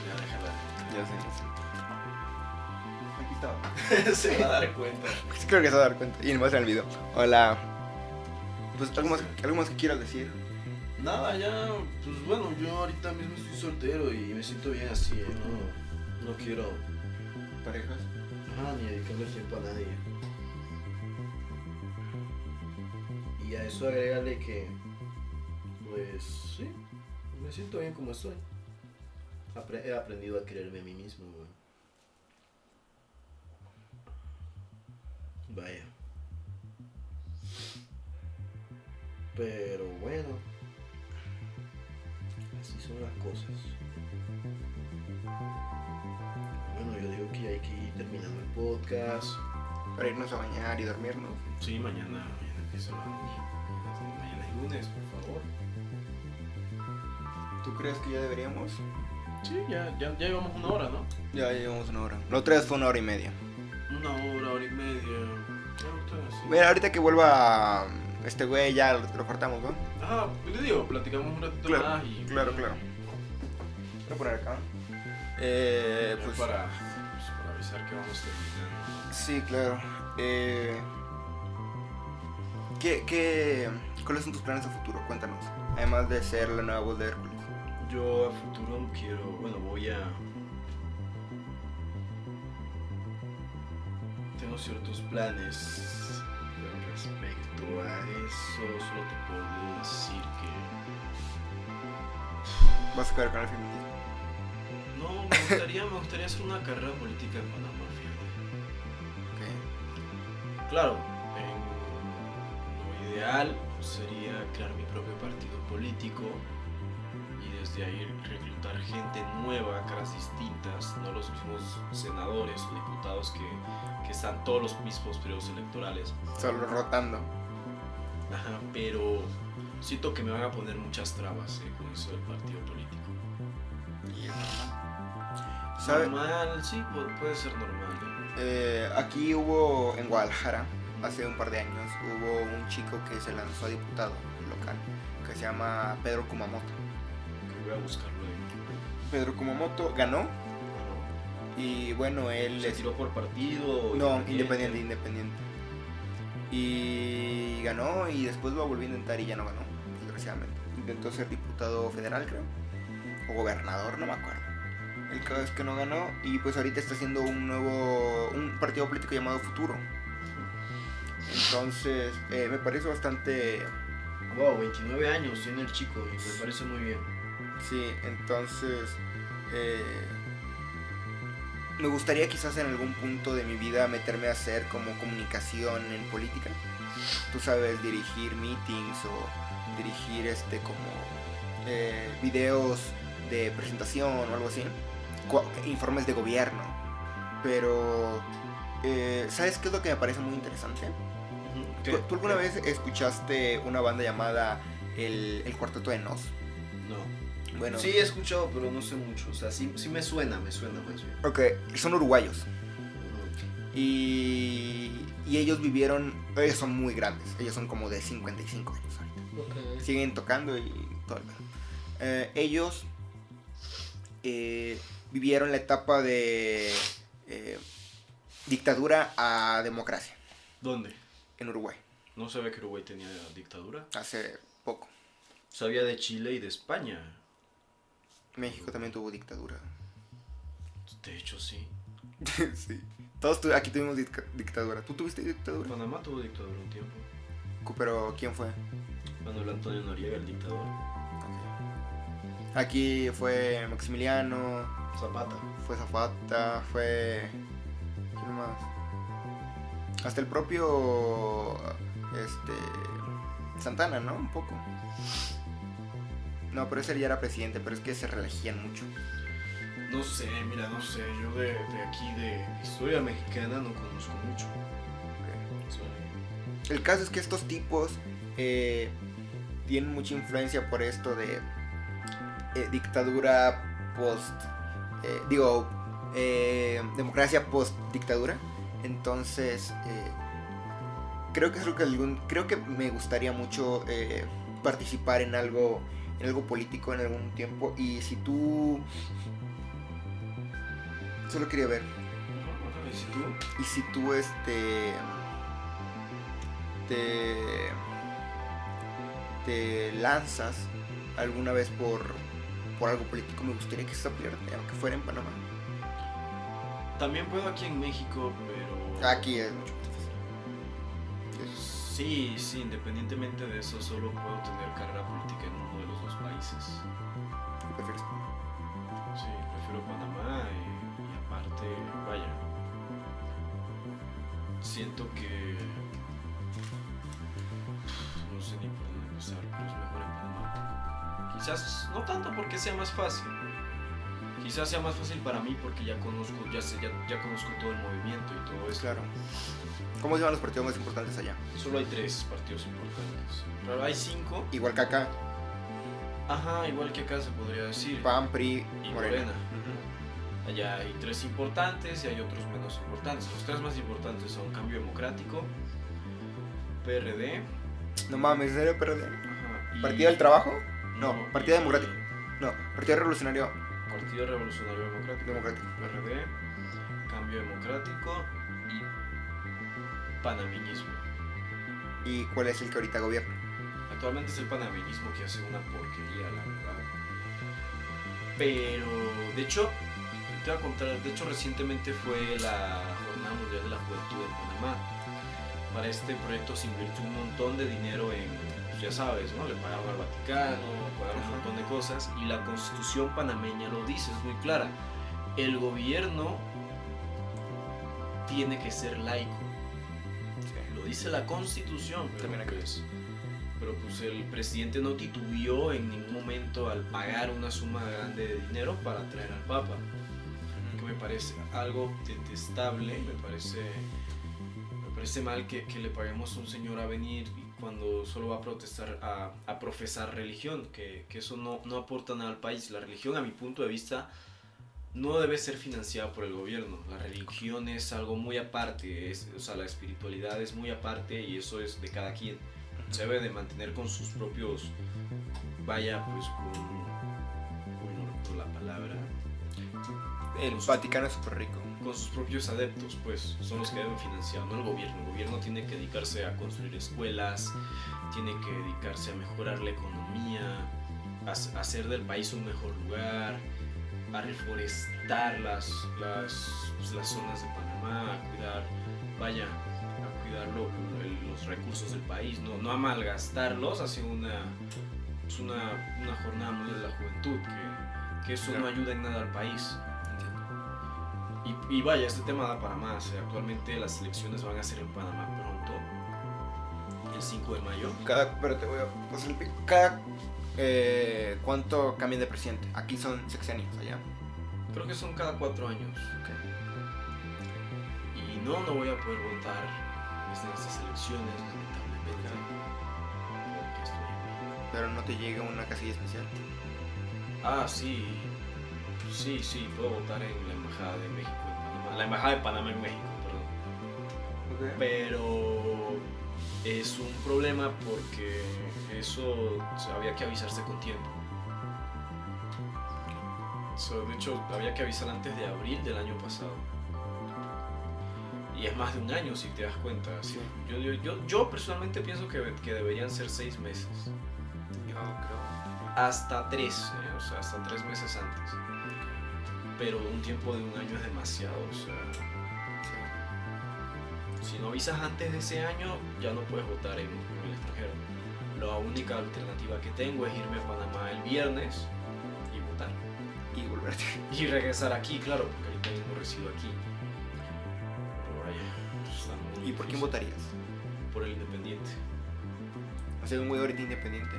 Ya déjala. Ya sé. Aquí estaba. Se va a dar cuenta. Sí, creo que se va a dar cuenta. Y más en el video. Hola. Pues algo más, algo más que quieras decir. Nada, ya, pues bueno, yo ahorita mismo estoy soltero y me siento bien así, ¿eh? no, no quiero Parejas. ajá, ni dedicarle tiempo a nadie. Y a eso agregarle que, pues sí, me siento bien como estoy. Apre- he aprendido a quererme a mí mismo, güey. Vaya. Pero bueno, así son las cosas. Bueno, yo digo que hay que ir terminando el podcast. Para irnos a bañar y dormirnos. Sí, mañana, mañana empieza la Mañana es lunes, por favor. ¿Tú crees que ya deberíamos? Sí, ya, ya, ya llevamos una hora, ¿no? Ya, ya llevamos una hora. La otra vez fue una hora y media. Una hora, hora y media. Ya, ustedes, sí. Mira, ahorita que vuelva mm, este güey ya lo, lo cortamos, ¿no? Ah, le digo, platicamos un ratito Claro, más y. claro, claro. Voy a poner acá. Eh, Ya pues para, pues, para avisar que vamos terminando. sí, claro. Eh, ¿qué, qué, ¿Cuáles son tus planes a futuro? Cuéntanos. Además de ser la nueva voz de Hércules. Yo a futuro quiero, bueno, voy a... Tengo ciertos planes pero respecto a eso, solo te puedo decir que... Vas a quedar con el feminismo. No, me gustaría, me gustaría hacer una carrera política en Panamá, fíjate. Ok. Claro, en- lo ideal sería crear mi propio partido político y desde ahí reclutar gente nueva, caras distintas, no los mismos senadores o diputados que, que están todos los mismos periodos electorales. Solo rotando. Ajá, pero siento que me van a poner muchas trabas eh, con eso del partido político. ¿Sabe? Normal, sí, pu- puede ser normal. Eh, aquí hubo en Guadalajara, hace un par de años, hubo un chico que se lanzó a diputado local, que se llama Pedro Kumamoto. Que voy a buscarlo. eh. Pedro Kumamoto ganó y bueno, él ¿Se es... tiró por partido? No, independiente, independiente. Y ganó y después lo volvió a intentar y ya no ganó, desgraciadamente. Intentó ser diputado federal, creo. O gobernador, no me acuerdo. El caso es que no ganó y pues ahorita está haciendo un nuevo, un partido político llamado Futuro. Entonces, eh, me parece bastante... Wow, 29 años tiene el chico y me parece muy bien. Sí, entonces... eh, me gustaría quizás en algún punto de mi vida meterme a hacer como comunicación en política. Tú sabes, dirigir meetings o dirigir este como eh, videos de presentación o algo así. Cu- Informes de gobierno. Pero, eh, ¿sabes qué es lo que me parece muy interesante? ¿Tú, tú alguna vez escuchaste una banda llamada El, el Cuarteto de Nos? No. Bueno, Sí, he escuchado, pero no sé mucho. O sea, sí, sí me suena, me suena más bien. ok, son uruguayos. Y, y ellos vivieron, ellos son muy grandes, ellos son como de 55 años ahorita. Siguen tocando y todo el pedo. Eh, ellos eh, vivieron la etapa de eh, dictadura a democracia ¿Dónde? en Uruguay, No sabía que Uruguay tenía dictadura. hace poco. Sabía de Chile y de España. México también tuvo dictadura. De hecho, sí. sí. Todos tu- aquí tuvimos dicta- dictadura. ¿Tú tuviste dictadura? Panamá tuvo dictadura un tiempo. Pero ¿quién fue? Manuel Antonio Noriega, el dictador. Aquí fue Maximiliano, Zapata. fue Zafata, fue. ¿Quién más? Hasta el propio. Este. Santana, ¿no? Un poco. No, pero ese ya era presidente, pero es que se reelegían mucho. No sé, mira, no sé. Yo de, de aquí, de historia mexicana, no conozco mucho. O sea, El caso es que estos tipos eh, tienen mucha influencia por esto de eh, dictadura post, eh, digo, eh, democracia post dictadura. Entonces, eh, creo que es lo que algún, creo que me gustaría mucho eh, participar en algo, en algo político en algún tiempo. Y si tú, solo quería ver. ¿Y si tú? Y si tú este te te lanzas alguna vez por por algo político, me gustaría que se apoyara, aunque fuera en Panamá. También puedo aquí en México, pero... Aquí es mucho más difícil. Sí, sí, independientemente de eso, solo puedo tener carrera política en uno de los dos países. ¿Qué prefieres? Sí, prefiero Panamá y, y aparte, vaya. Siento que. No sé ni por dónde empezar, pero es mejor en Panamá. Quizás no tanto porque sea más fácil. Quizás sea más fácil para mí porque ya conozco, ya sé, ya, ya conozco todo el movimiento y todo eso. Claro. ¿Cómo se llaman los partidos más importantes allá? Solo hay tres partidos importantes. Pero hay cinco. Igual que acá, Ajá, igual que acá se podría decir. PAN, PRI y Morena. Morena. Allá hay tres importantes y hay otros menos importantes. Los tres más importantes son Cambio Democrático, PRD. No mames, ¿en serio PRD? ajá, y- ¿Partido del Trabajo? No, y- Partido Democrático. No, Partido Revolucionario Partido Revolucionario Democrático, Democrático. PRD, Cambio Democrático y Panameñismo. ¿Y cuál es el que ahorita gobierna? Actualmente es el panameñismo que hace una porquería, la verdad. Pero, de hecho, te voy a contar, de hecho recientemente fue la Jornada Mundial de la Juventud en Panamá. Para este proyecto se invirtió un montón de dinero en, pues, ya sabes, ¿no? Le pagaron al Vaticano, pagaron un montón de cosas. Y la constitución panameña lo dice, es muy clara. El gobierno tiene que ser laico. Lo dice la constitución. pero También acá. pues- pero pues el presidente no titubió en ningún momento al pagar una suma grande de dinero para traer al Papa, que me parece algo detestable, me parece, me parece mal que, que le paguemos a un señor a venir y cuando solo va a protestar, a, a profesar religión, que, que eso no, no aporta nada al país. La religión, a mi punto de vista, no debe ser financiada por el gobierno. La religión es algo muy aparte, es, o sea, la espiritualidad es muy aparte y eso es de cada quien se debe de mantener con sus propios vaya pues con uy, no recuerdo la palabra El Vaticano es súper rico. con sus propios adeptos pues son los que deben financiar no el gobierno el gobierno tiene que dedicarse a construir escuelas tiene que dedicarse a mejorar la economía a, s- a hacer del país un mejor lugar a reforestar las las, pues, las zonas de Panamá a cuidar vaya a cuidar lo- el- los recursos del país, no, no a malgastarlos hacia una, pues, una, una jornada mundial de la juventud, que, que eso no Claro. ayuda en nada al país. Y, y vaya, este tema da para más. eh, Actualmente las elecciones van a ser en Panamá pronto, el 5 de mayo. Cada, pero te voy a pasar el pico. Cada. eh, ¿Cuánto cambian de presidente? Aquí son sexenios, allá. Creo que son cada cuatro años. Y no, no voy a poder votar están estas elecciones, lamentablemente. Porque estoy aquí. Pero no te llega una casilla especial. Ah, sí. Sí, sí, puedo votar en la Embajada de México en Panamá. La Embajada de Panamá en México, perdón. pero es un problema porque eso o sea, había que avisarse con tiempo. So, de hecho, había que avisar antes de abril del año pasado. Y es más de un año si te das cuenta. Sí, Yo, yo, yo, yo personalmente pienso que, que deberían ser seis meses. Hasta tres, eh, o sea, hasta tres meses antes. Pero un tiempo de un año es demasiado, o sea, si no avisas antes de ese año, ya no puedes votar en, en el extranjero. La única alternativa que tengo es irme a Panamá el viernes y votar. Y volverte. Y regresar aquí, claro, porque ahorita mismo resido aquí. Pero vaya, está muy ¿Y por quién difícil. votarías? Por el independiente. O sea, un güey ahorita independiente.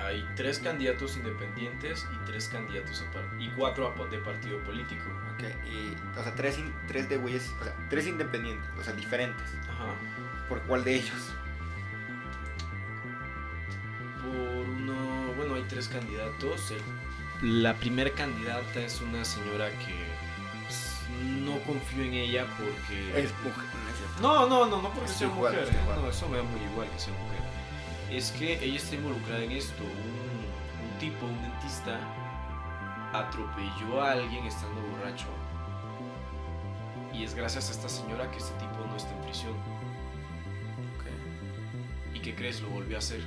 Hay tres candidatos independientes y tres candidatos a par- y cuatro a pa- de partido político. Ok. Y, o sea, tres, in- tres de güeyes. O sea, tres independientes. O sea, diferentes. Ajá. ¿Por cuál de ellos? por uno, bueno, hay tres candidatos. El- la primera candidata es una señora que pues, no confío en ella porque... Es mujer. No es cierto. No, no, no, no porque Es sea igual, mujer. es eh, igual. No, eso me da muy igual que sea mujer. Es que ella está involucrada en esto. Un, un tipo, un dentista, atropelló a alguien estando borracho. Y es gracias a esta señora que este tipo no está en prisión. ¿Y qué crees? Lo volvió a hacer.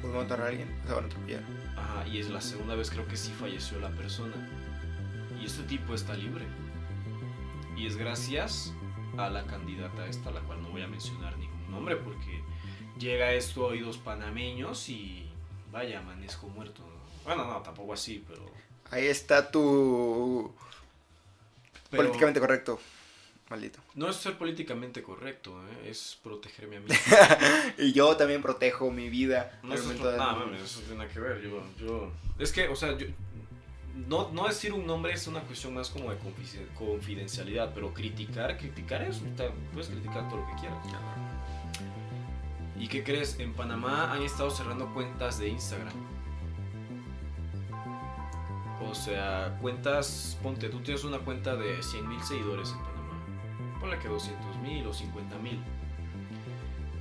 ¿Puedo matar Pues a alguien? O sea, van a atropellar. Ajá, y es la segunda vez creo que sí falleció la persona. Y este tipo está libre. Y es gracias a la candidata esta, la cual no voy a mencionar ningún nombre porque llega esto a oídos panameños y vaya, amanezco muerto. ¿no? Bueno, no, tampoco así, pero... Ahí está tu. pero Políticamente correcto. Maldito. No es ser políticamente correcto, ¿eh? es protegerme a mí. Y yo también protejo mi vida. No, al eso, es momento de- nada, mames, eso tiene nada que ver. Yo, yo, es que, o sea, yo, no, no decir un nombre es una cuestión más como de confi- confidencialidad, pero criticar, criticar es, ta- puedes criticar todo lo que quieras. ¿Y qué crees? En Panamá han estado cerrando cuentas de Instagram. O sea, cuentas, ponte, tú tienes una cuenta de 100 mil seguidores en Panamá. Ponle que 200 mil o 50 mil.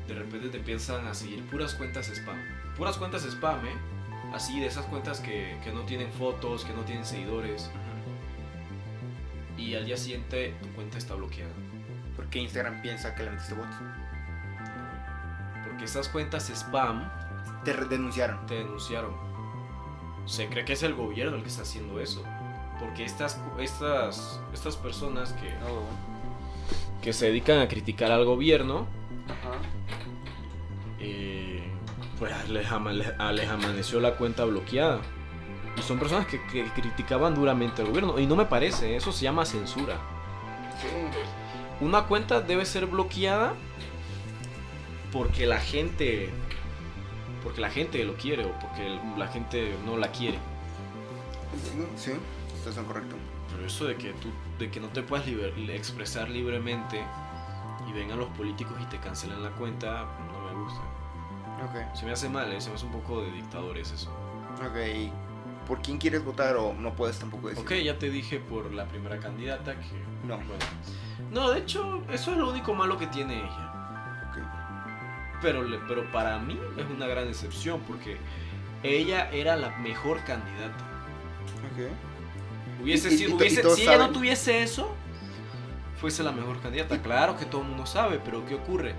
De repente te empiezan a seguir puras cuentas spam. Puras cuentas spam, ¿eh? Así, de esas cuentas que, que no tienen fotos, que no tienen seguidores. Y al día siguiente tu cuenta está bloqueada. Porque Instagram piensa que le metiste bots. Porque esas cuentas spam Te re- denunciaron. te denunciaron. Se cree que es el gobierno el que está haciendo eso. Porque estas, cu- estas, estas personas que, Ah, que se dedican a criticar al gobierno, eh, pues les, ama- les- a- les amaneció la cuenta bloqueada. Y son personas que, que criticaban duramente al gobierno. Y no me parece, eso se llama censura. Una cuenta debe ser bloqueada porque la gente porque la gente lo quiere o porque el- la gente no la quiere. Sí, estás en correcto. Pero eso de que tú de que no te puedas liber- expresar libremente y vengan los políticos y te cancelen la cuenta, no me gusta. Ok, Se me hace mal, ¿eh? se me hace un poco de dictadores eso. ok. ¿y ¿Por quién quieres votar o no puedes tampoco decir? Ok, ya te dije por la primera candidata que... No. Bueno. No, de hecho, eso es lo único malo que tiene ella. Ok. Pero, le- pero para mí es una gran excepción porque ella era la mejor candidata. ok. Hubiese Y- y- sido, y to- y hubiese- todos si ella no saben. tuviese eso, fuese la mejor candidata. Claro que todo el mundo sabe, pero ¿qué ocurre?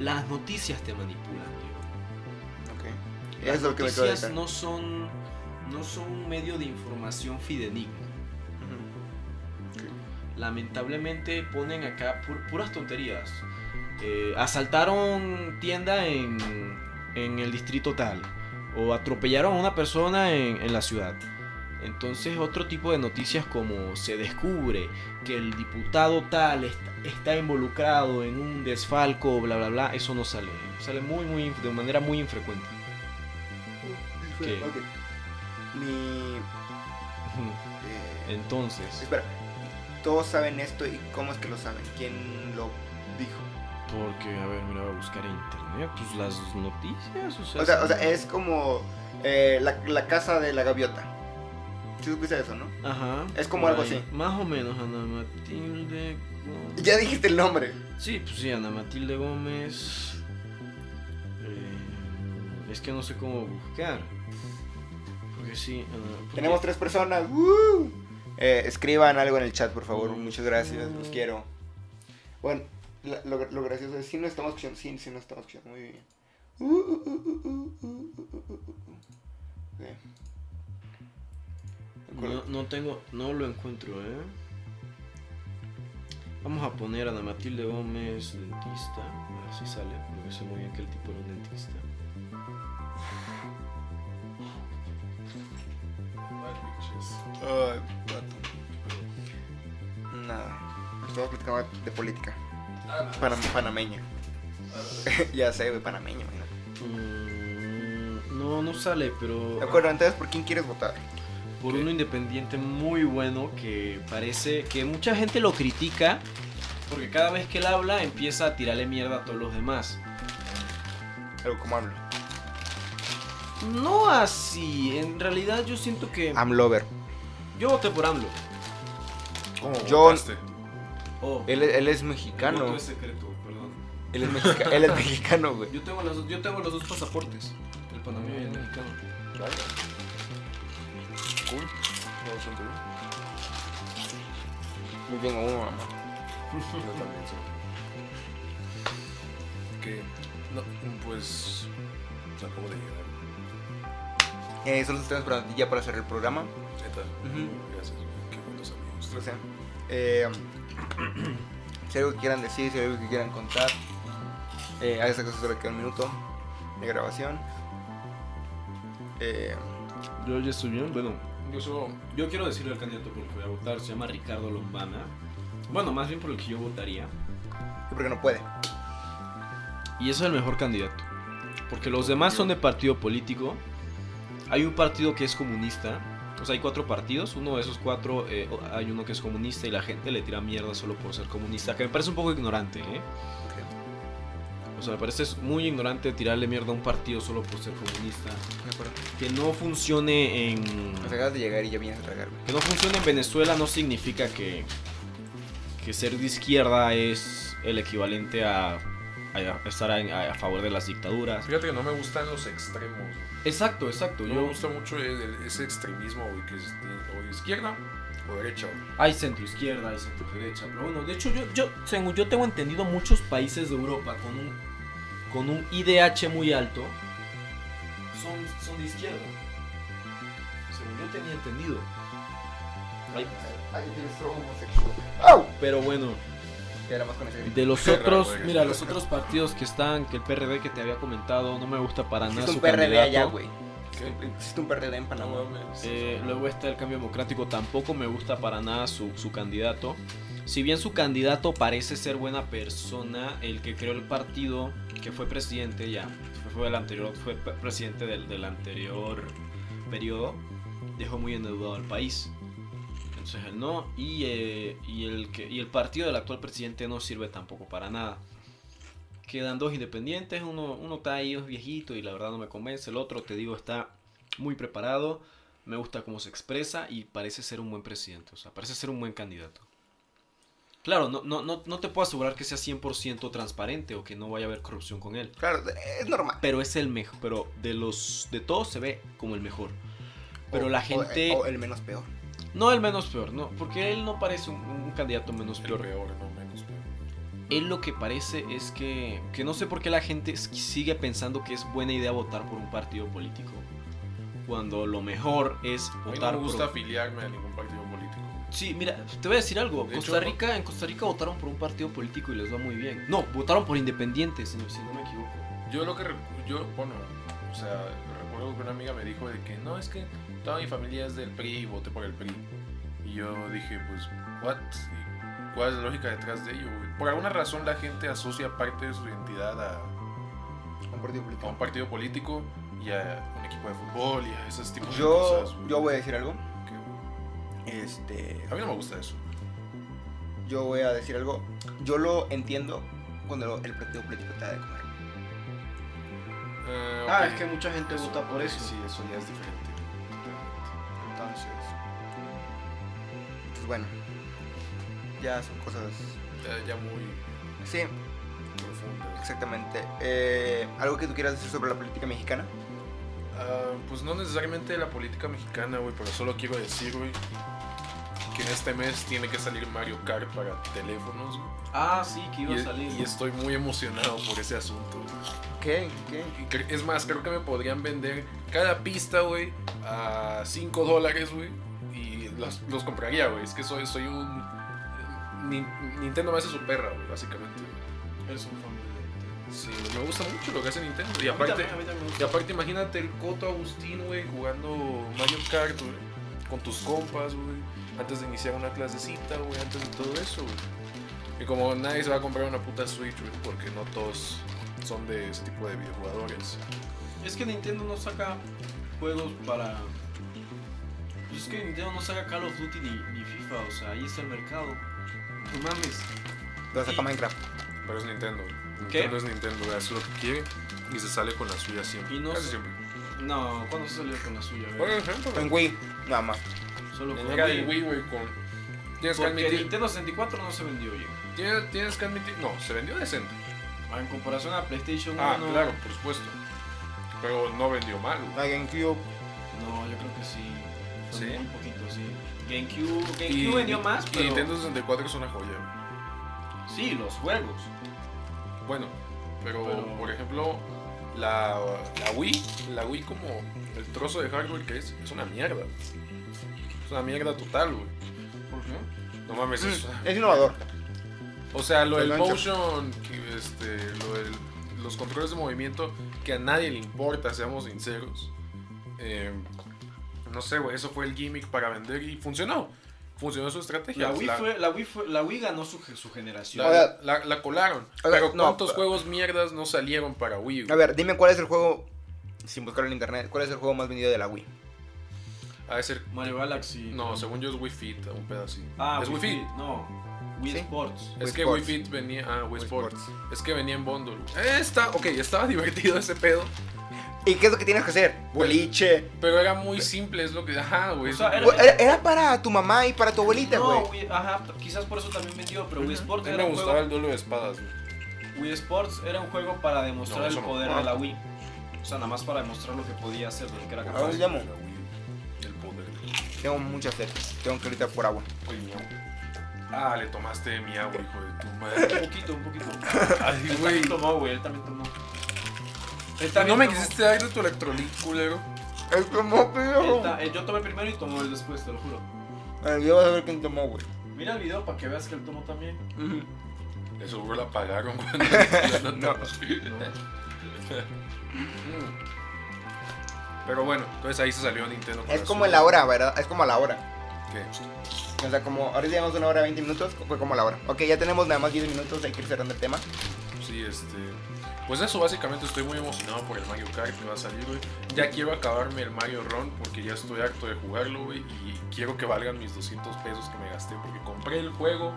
Las noticias te manipulan, tío. Ok. Las Eso es lo que me acabo de noticias decir. no son, no son un medio de información fidedigno. Lamentablemente ponen acá pu- puras tonterías. Eh, asaltaron tienda en, en el distrito tal. O atropellaron a una persona en, en la ciudad. Entonces otro tipo de noticias como se descubre que el diputado tal est- está involucrado en un desfalco, bla, bla, bla, eso no sale. Sale muy, muy, inf- de manera muy infrecuente. ¿Qué? Ok. Mi. eh, Entonces... Espera. Todos saben esto y cómo es que lo saben. ¿Quién lo dijo? Porque, a ver, mira, voy a buscar en internet, pues las noticias, o sea... O sea, o sea, sí. es como eh, la, la casa de la gaviota. Si supiste eso, ¿no? Ajá. es como por algo ahí. así. Más o menos, Ana Matilde... Gómez. Ya dijiste el nombre. Sí, pues sí, Ana Matilde Gómez... Eh, es que no sé cómo buscar. Porque sí, Ana... porque- Tenemos tres personas. ¡Woo! Eh, escriban algo en el chat, por favor. Muchas gracias, los quiero. Bueno, la- lo, lo gracioso es si no estamos escuchando. Sí, sí, no estamos escuchando. Muy bien. Uh, uh, uh, uh, uh, uh, uh, uh, uh. Ok. De No, acuerdo. no tengo, no lo encuentro, ¿eh? Vamos a poner a Ana Matilde Gómez, dentista. A ver si sale, porque sé muy bien que el tipo era un dentista. Ay, vato. Nada. Estamos platicando de política. Panam- panameña. Ah, ya sé, güey, panameña. mira. Mm, no, no sale, pero De acuerdo, entonces, ¿por quién quieres votar? por uno independiente muy bueno que parece que mucha gente lo critica porque cada vez que él habla empieza a tirarle mierda a todos los demás. Algo como AMLO. No así, en realidad yo siento que AMLover. yo voté por AMLO. ¿Cómo Yo- votaste? Oh, Él, él es El voto mexicano. es secreto, perdón. Él es, mexica- él es mexicano, güey. Yo tengo, las dos- yo tengo los dos pasaportes, el panameño y el mexicano. Cool. Yo tengo uno, mamá. Yo también Que, no, pues, se acabo de llegar. Eh, son los temas para, ya para cerrar el programa. Neta, Ujú. gracias. Qué buenos amigos. No sé. Eh, si hay algo que quieran decir, si hay algo que quieran contar. Eh, a esa cosa solo queda un minuto de grabación. Eh, yo ya estoy bien, bueno. Yo, solo- yo quiero decirle al candidato por el que voy a votar, se llama Ricardo Lombana. Bueno, más bien por el que yo votaría. porque no puede. Y eso es el mejor candidato. Porque los demás son de partido político. Hay un partido que es comunista. O sea, hay cuatro partidos. Uno de esos cuatro, eh, o- hay uno que es comunista y la gente le tira mierda solo por ser comunista. Que me parece un poco ignorante, ¿eh? O sea, me parece es muy ignorante tirarle mierda a un partido solo por ser comunista. De acuerdo. Que no funcione en... Nos acabas de llegar y ya vienes a tragarme. Que no funcione en Venezuela no significa que, que ser de izquierda es el equivalente a, a estar a, a favor de las dictaduras. Fíjate que no me gustan los extremos. güey. Exacto, exacto. No me Yo gusta mucho el- el- ese extremismo, güey, que es de- o izquierda o derecha. güey. hay centro izquierda, hay centro derecha, pero bueno, de hecho yo, yo, según yo tengo entendido muchos países de Europa con un con un IDH muy alto son, son de izquierda. Según yo tenía entendido. Ay, Ay, tienes homosexual. ¡Au! Pero bueno, Ya era más con ese grito. De los Qué raro, otros, güey. mira, los otros partidos que están, que el PRD que te había comentado, no me gusta para nada. Existe un su PRD candidato. allá, güey. ¿Qué? Existe un PRD en Panamá. Eh, luego está el Cambio Democrático, tampoco me gusta para nada su, su candidato. Si bien su candidato parece ser buena persona, el que creó el partido, que fue presidente ya, fue, fue el anterior, fue pre- presidente del, del anterior periodo, dejó muy endeudado al país. Entonces él no, y, eh, y el que, y el partido del actual presidente no sirve tampoco para nada. Quedan dos independientes, uno, uno está ahí, es viejito y la verdad no me convence, el otro, te digo, está muy preparado, me gusta cómo se expresa y parece ser un buen presidente, o sea, parece ser un buen candidato. Claro, no, no, no, no te puedo asegurar que sea 100% transparente o que no vaya a haber corrupción con él, Claro, es normal. pero es el mejor, pero de los de todos se ve como el mejor. Pero O- la o- eh, gente O, el menos peor. no el menos peor, no, porque él no parece un, un candidato menos El peor. peor, no menos peor. Él lo que parece es que que no sé por qué la gente s- sigue pensando que es buena idea votar por un partido político cuando lo mejor es A mí no votar me gusta por afiliarme a ningún partido político. Sí, mira, te voy a decir algo. De Costa hecho, Rica, en Costa Rica votaron por un partido político y les va muy bien. No, votaron por independientes, si no, si no me equivoco. Yo lo que recu- yo bueno, o sea, recuerdo que una amiga me dijo de que no es que toda mi familia es del PRI y voté por el PRI. Y yo dije, pues what? ¿Y ¿Cuál es la lógica detrás de ello? güey? Por alguna razón la gente asocia parte de su identidad a, Un partido a un político. partido político y a un equipo de fútbol y a esos tipos de Yo, cosas. güey. yo voy a decir algo. Que, güey, Este. a mí no me gusta eso. Yo voy a decir algo. Yo lo entiendo cuando lo- el partido político te da de comer. Eh, Ah, ok. es que mucha gente vota por eso. Sí, eso ya es diferente. Entonces, pues bueno, ya son cosas. Ya, ya muy Sí, profundas. exactamente. Eh, ¿Algo que tú quieras decir sobre la política mexicana? Ah, pues no necesariamente de la política mexicana, güey, pero solo quiero decir, güey, que en este mes tiene que salir Mario Kart para teléfonos. güey. Ah, sí, que iba Y, a salir. y estoy muy emocionado por ese asunto. güey. ¿Qué? ¿Qué? Y cre- Es más, creo que me podrían vender cada pista, güey, a 5 dólares, güey, y los, los compraría, güey. Es que soy, soy un... Nin- Nintendo me hace su perra, güey, básicamente. Es un familiar. Sí, güey, me gusta mucho lo que hace Nintendo. Y A mí aparte, también, a mí también me Y gusta. aparte, imagínate el Coto Agustín, güey, jugando Mario Kart, güey, con tus compas, güey, antes de iniciar una clasecita, güey, antes de todo eso, güey. Y como nadie se va a comprar una puta Switch, güey, porque no todos son de ese tipo de videojugadores. Es que Nintendo no saca juegos para. Pues es que Nintendo no saca Call of Duty ni, ni FIFA, o sea, ahí está el mercado. No mames. Lo saca Y- Minecraft. Pero es Nintendo. ¿Qué? Nintendo es Nintendo, güey, hace lo que quiere y se sale con la suya siempre. Y no casi sé. siempre. No, ¿cuándo se salió con la suya? A ver, Por ejemplo, En Wii, nada más. Solo con era el Wii. Wii, güey, con. Tienes que, Porque el admitir, Nintendo 64 no se vendió bien. tienes, tienes que admitir. No, se vendió decente. En comparación a PlayStation 1. Ah, claro, por supuesto. Pero no vendió mal, güey. La GameCube. No, yo creo que sí. Fue ¿Sí? Muy poquito, sí. GameCube, GameCube vendió más, y pero. Nintendo 64 es una joya. Sí, los juegos. güey. Bueno, pero, Pero- por ejemplo, la, la Wii, la Wii como el trozo de hardware que es, es una mierda. güey. Es una mierda total, güey. ¿Por qué? Mm. No mames, es- Mm, Es innovador. O sea, lo Te del lancha. motion, que, este, lo del- los controles de movimiento, que a nadie le importa, seamos sinceros. Eh, no sé, güey, eso fue el gimmick para vender y funcionó. Funcionó su estrategia. La Wii, La- fue, la, Wii fue- la Wii ganó su, su generación. La, O sea- la- la colaron. o sea, pero no, ¿cuántos pero- juegos mierdas no salieron para Wii? güey? A ver, dime cuál es el juego, sin buscarlo en internet, cuál es el juego más vendido de la Wii. Ha de ser. Mario Galaxy. No, según yo es Wii Fit, un pedacito. Ah, es Wii, Fit. No. Wii Sí. Sports. Es Wii que Sports. Wii Fit venía. Ah, Wii, Wii Sports. Sports. Es que venía en bundle. Eh, está, ok, estaba divertido ese pedo. ¿Y qué es lo que tienes que hacer? Boliche. Pero era muy simple, es lo que. Ajá, güey. O sea, Bu- Era, era para tu mamá y para tu abuelita, güey. No, Wii, ajá, quizás por eso también vendió, pero Wii A Sports, mí era me un gustaba juego, el duelo de espadas, güey. Wii Sports era un juego para demostrar No, eso el no. poder Ah. de la Wii. O sea, nada más para demostrar lo que podía hacer, lo que era Ah, capaz. ya. llamo? La Wii, El poder. Tengo muchas sed. Tengo que ahorita por agua. Oye, miau. Ah, le tomaste mi agua, hijo de tu madre. Un poquito, un poquito. Ay, Él güey. también tomó, güey, él también tomó. Él No también me tomó. quisiste dar de tu electrolit, culero. Él tomó, Él pero. ta- él- eh, yo tomé primero y tomó él después, te lo juro. Yo vas a ver quién tomó, güey. Mira el video para que veas que él tomó también. De seguro la pagaron cuando la No. Pero bueno, entonces ahí se salió Nintendo. con Es la como suya. la hora, ¿verdad? Es como la hora. ¿Qué? O sea, como ahorita llevamos una hora 20 minutos, fue como la hora. Ok, ya tenemos nada más 10 minutos, hay que ir cerrando el tema. Sí, este. Pues eso, básicamente estoy muy emocionado por el Mario Kart que va a salir, güey. Ya quiero acabarme el Mario Run porque ya estoy harto de jugarlo, güey. Y quiero que valgan mis 200 pesos que me gasté porque compré el juego.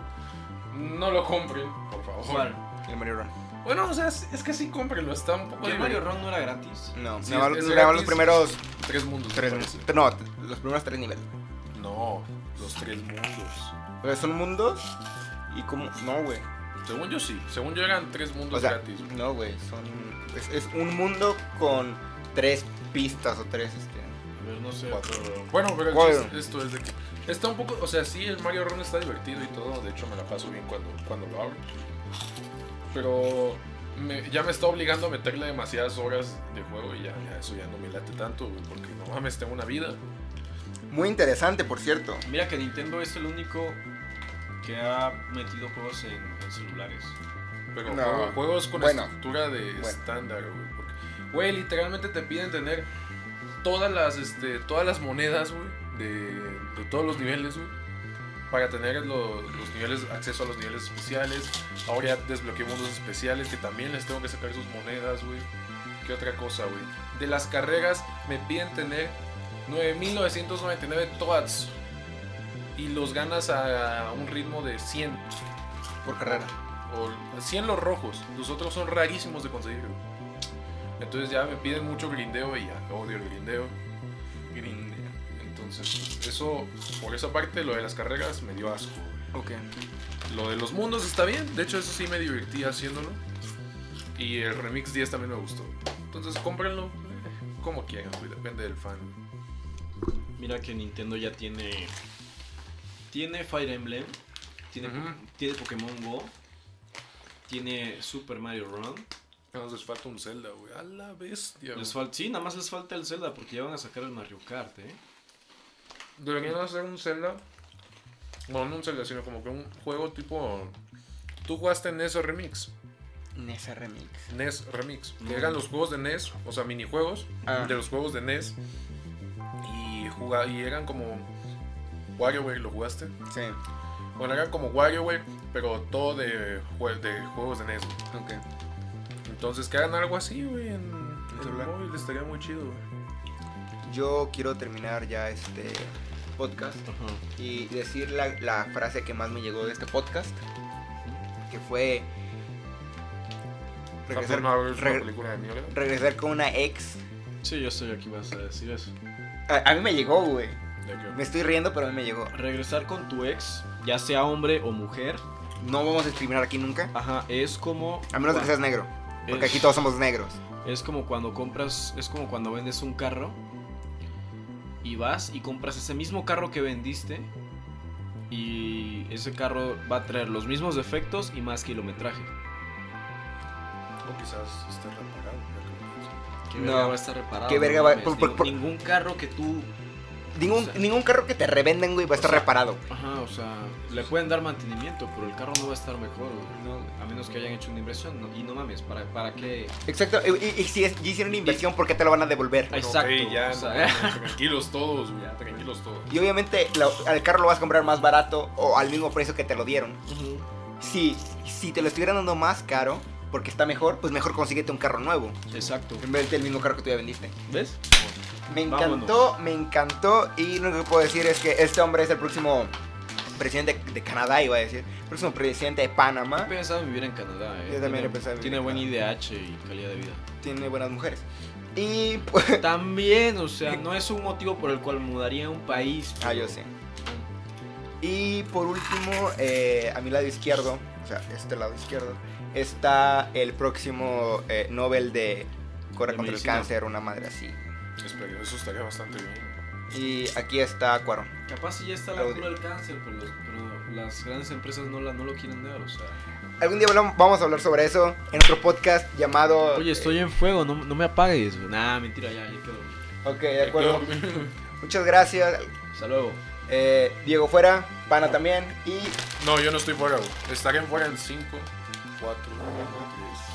No lo compren, por favor. Juan, El Mario Run. Bueno, o sea, es es que sí, cómprenlo. Está un poco ¿que Mario divertido. Ron no era gratis? No, Sí, nada más- nada es más gratis. los primeros Tres mundos. me tres. parece. No, los primeros tres niveles. No, los tres mundos. O sea, son mundos y como. No, güey. Según yo sí, según yo eran tres mundos O sea, gratis. güey. no, güey. Son. Es, es un mundo con tres pistas o tres, este. A ver, no sé. Cuatro. Bueno, pero el Bueno. chiste- esto es de que está un poco, o sea, sí el Mario Run está divertido y todo, de hecho me la paso bien cuando cuando lo abro. Pero me- ya me está obligando a meterle demasiadas horas de juego y ya, ya eso ya no me late tanto, güey, porque no mames, tengo una vida. Muy interesante, por cierto. Mira que Nintendo es el único que ha metido juegos en, en celulares. Pero No. juego- juegos con Bueno. estructura de estándar, güey. porque- Güey, literalmente te piden tener todas las, este, todas las monedas, güey, de, de todos los niveles, güey. Para tener lo- los niveles, acceso a los niveles especiales. Ahora ya desbloqueé mundos especiales que también les tengo que sacar sus monedas, güey. ¿Qué otra cosa, güey? De las carreras me piden tener 9.999 toads. Y los ganas a un ritmo de 100 Por carrera. o o 100 los rojos. Los otros son rarísimos de conseguir. güey. Entonces ya me piden mucho grindeo y ya odio el grindeo. Grindeo. Entonces, eso, por esa parte, lo de las carreras me dio asco. Ok. Lo de los mundos está bien, de hecho eso sí me divertí haciéndolo. Y el Remix 10 también me gustó. Entonces cómprenlo eh, como quieran, güey, depende del fan. güey. Mira que Nintendo ya tiene. Tiene Fire Emblem. Tiene, Ujú. tiene Pokémon Go. Tiene Super Mario Run. Entonces falta un Zelda, güey. A la bestia. güey. Les fal- sí, nada más les falta el Zelda porque ya van a sacar el Mario Kart, ¿eh? Deberían hacer un Zelda. Bueno, no un Zelda, sino como que un juego tipo. Tú jugaste NES Remix. Nessa Remix. NES Remix. Que No. eran los juegos de NES, o sea, minijuegos Ah. de los juegos de NES. Y, juga- y eran como. WarioWare, ¿lo jugaste? Sí, Bueno, eran como WarioWare, pero todo de, jue- de juegos de NES. güey. ok. Entonces, que hagan algo así, güey, en, en celular. móvil estaría muy chido, güey. Yo quiero terminar ya este podcast y decir la, la frase que más me llegó de este podcast, que fue regresar, Captain Marvel Ah, pues es una regre- película de mierda. regresar con una ex. Sí, yo estoy aquí, vas a decir eso. A, a mí me llegó, güey. Ya que- Me estoy riendo, pero a mí me llegó. Regresar con tu ex, ya sea hombre o mujer, No vamos a discriminar aquí nunca, ajá, es como. a menos de que seas negro, porque aquí todos somos negros. Es como cuando compras, es como cuando vendes un carro y vas y compras ese mismo carro que vendiste y ese carro va a traer los mismos defectos y más kilometraje. O quizás esté reparado. ya Que No. verga va a estar reparado. ¿Qué no verga va- mames. por- por- Ningún- por- Ningún carro que tú, Ningún, O sea- ningún carro que te revenden, güey, va a estar reparado. ajá, o sea, le pueden dar mantenimiento, pero el carro no va a estar mejor, güey. a menos que hayan hecho una inversión no- y no mames, para para qué Exacto, y, y- y si es- y hicieron inversión, ¿por qué te lo van a devolver? Ay, que- Exacto, Ok, ya, o sea, no, no, no, tranquilos todos, güey. Tranquilos todos. Y obviamente la- al carro lo vas a comprar más barato o al mismo precio que te lo dieron. Si, si te lo estuvieran dando más caro, porque está mejor, pues mejor consíguete un carro nuevo. Exacto. En vez del mismo carro que tú ya vendiste. ¿Ves? Me encantó, me encantó. Y lo único que puedo decir es que este hombre es el próximo presidente de Canadá, iba a decir. Próximo presidente de Panamá. He pensado en vivir en Canadá, eh. Yo también Tiene- he pensado en vivir Tiene en buen Canadá. IDH y calidad de vida. Tiene buenas mujeres. Y pues... También, o sea, no es un motivo por el cual mudaría a un país. Ah, yo sé. Y por último, eh, a mi lado izquierdo, o sea, este lado izquierdo, está el próximo eh, Nobel de Corre De contra medicina. el Cáncer, una madre así. Espero, eso estaría bastante bien. Y aquí está Cuarón. Capaz si ya está la cura del cáncer, pero, los- pero las grandes empresas no, la, no lo quieren dar, o sea. Algún día hablamos- vamos a hablar sobre eso en otro podcast llamado... Oye, estoy en fuego, no, no me apagues. güey. Nah, mentira, ya, ya quedo. ok, de acuerdo. Muchas gracias. Hasta luego. Eh, Diego fuera, Pana también. Y No, yo no estoy fuera, güey. Estaré fuera en 5, 4, 3.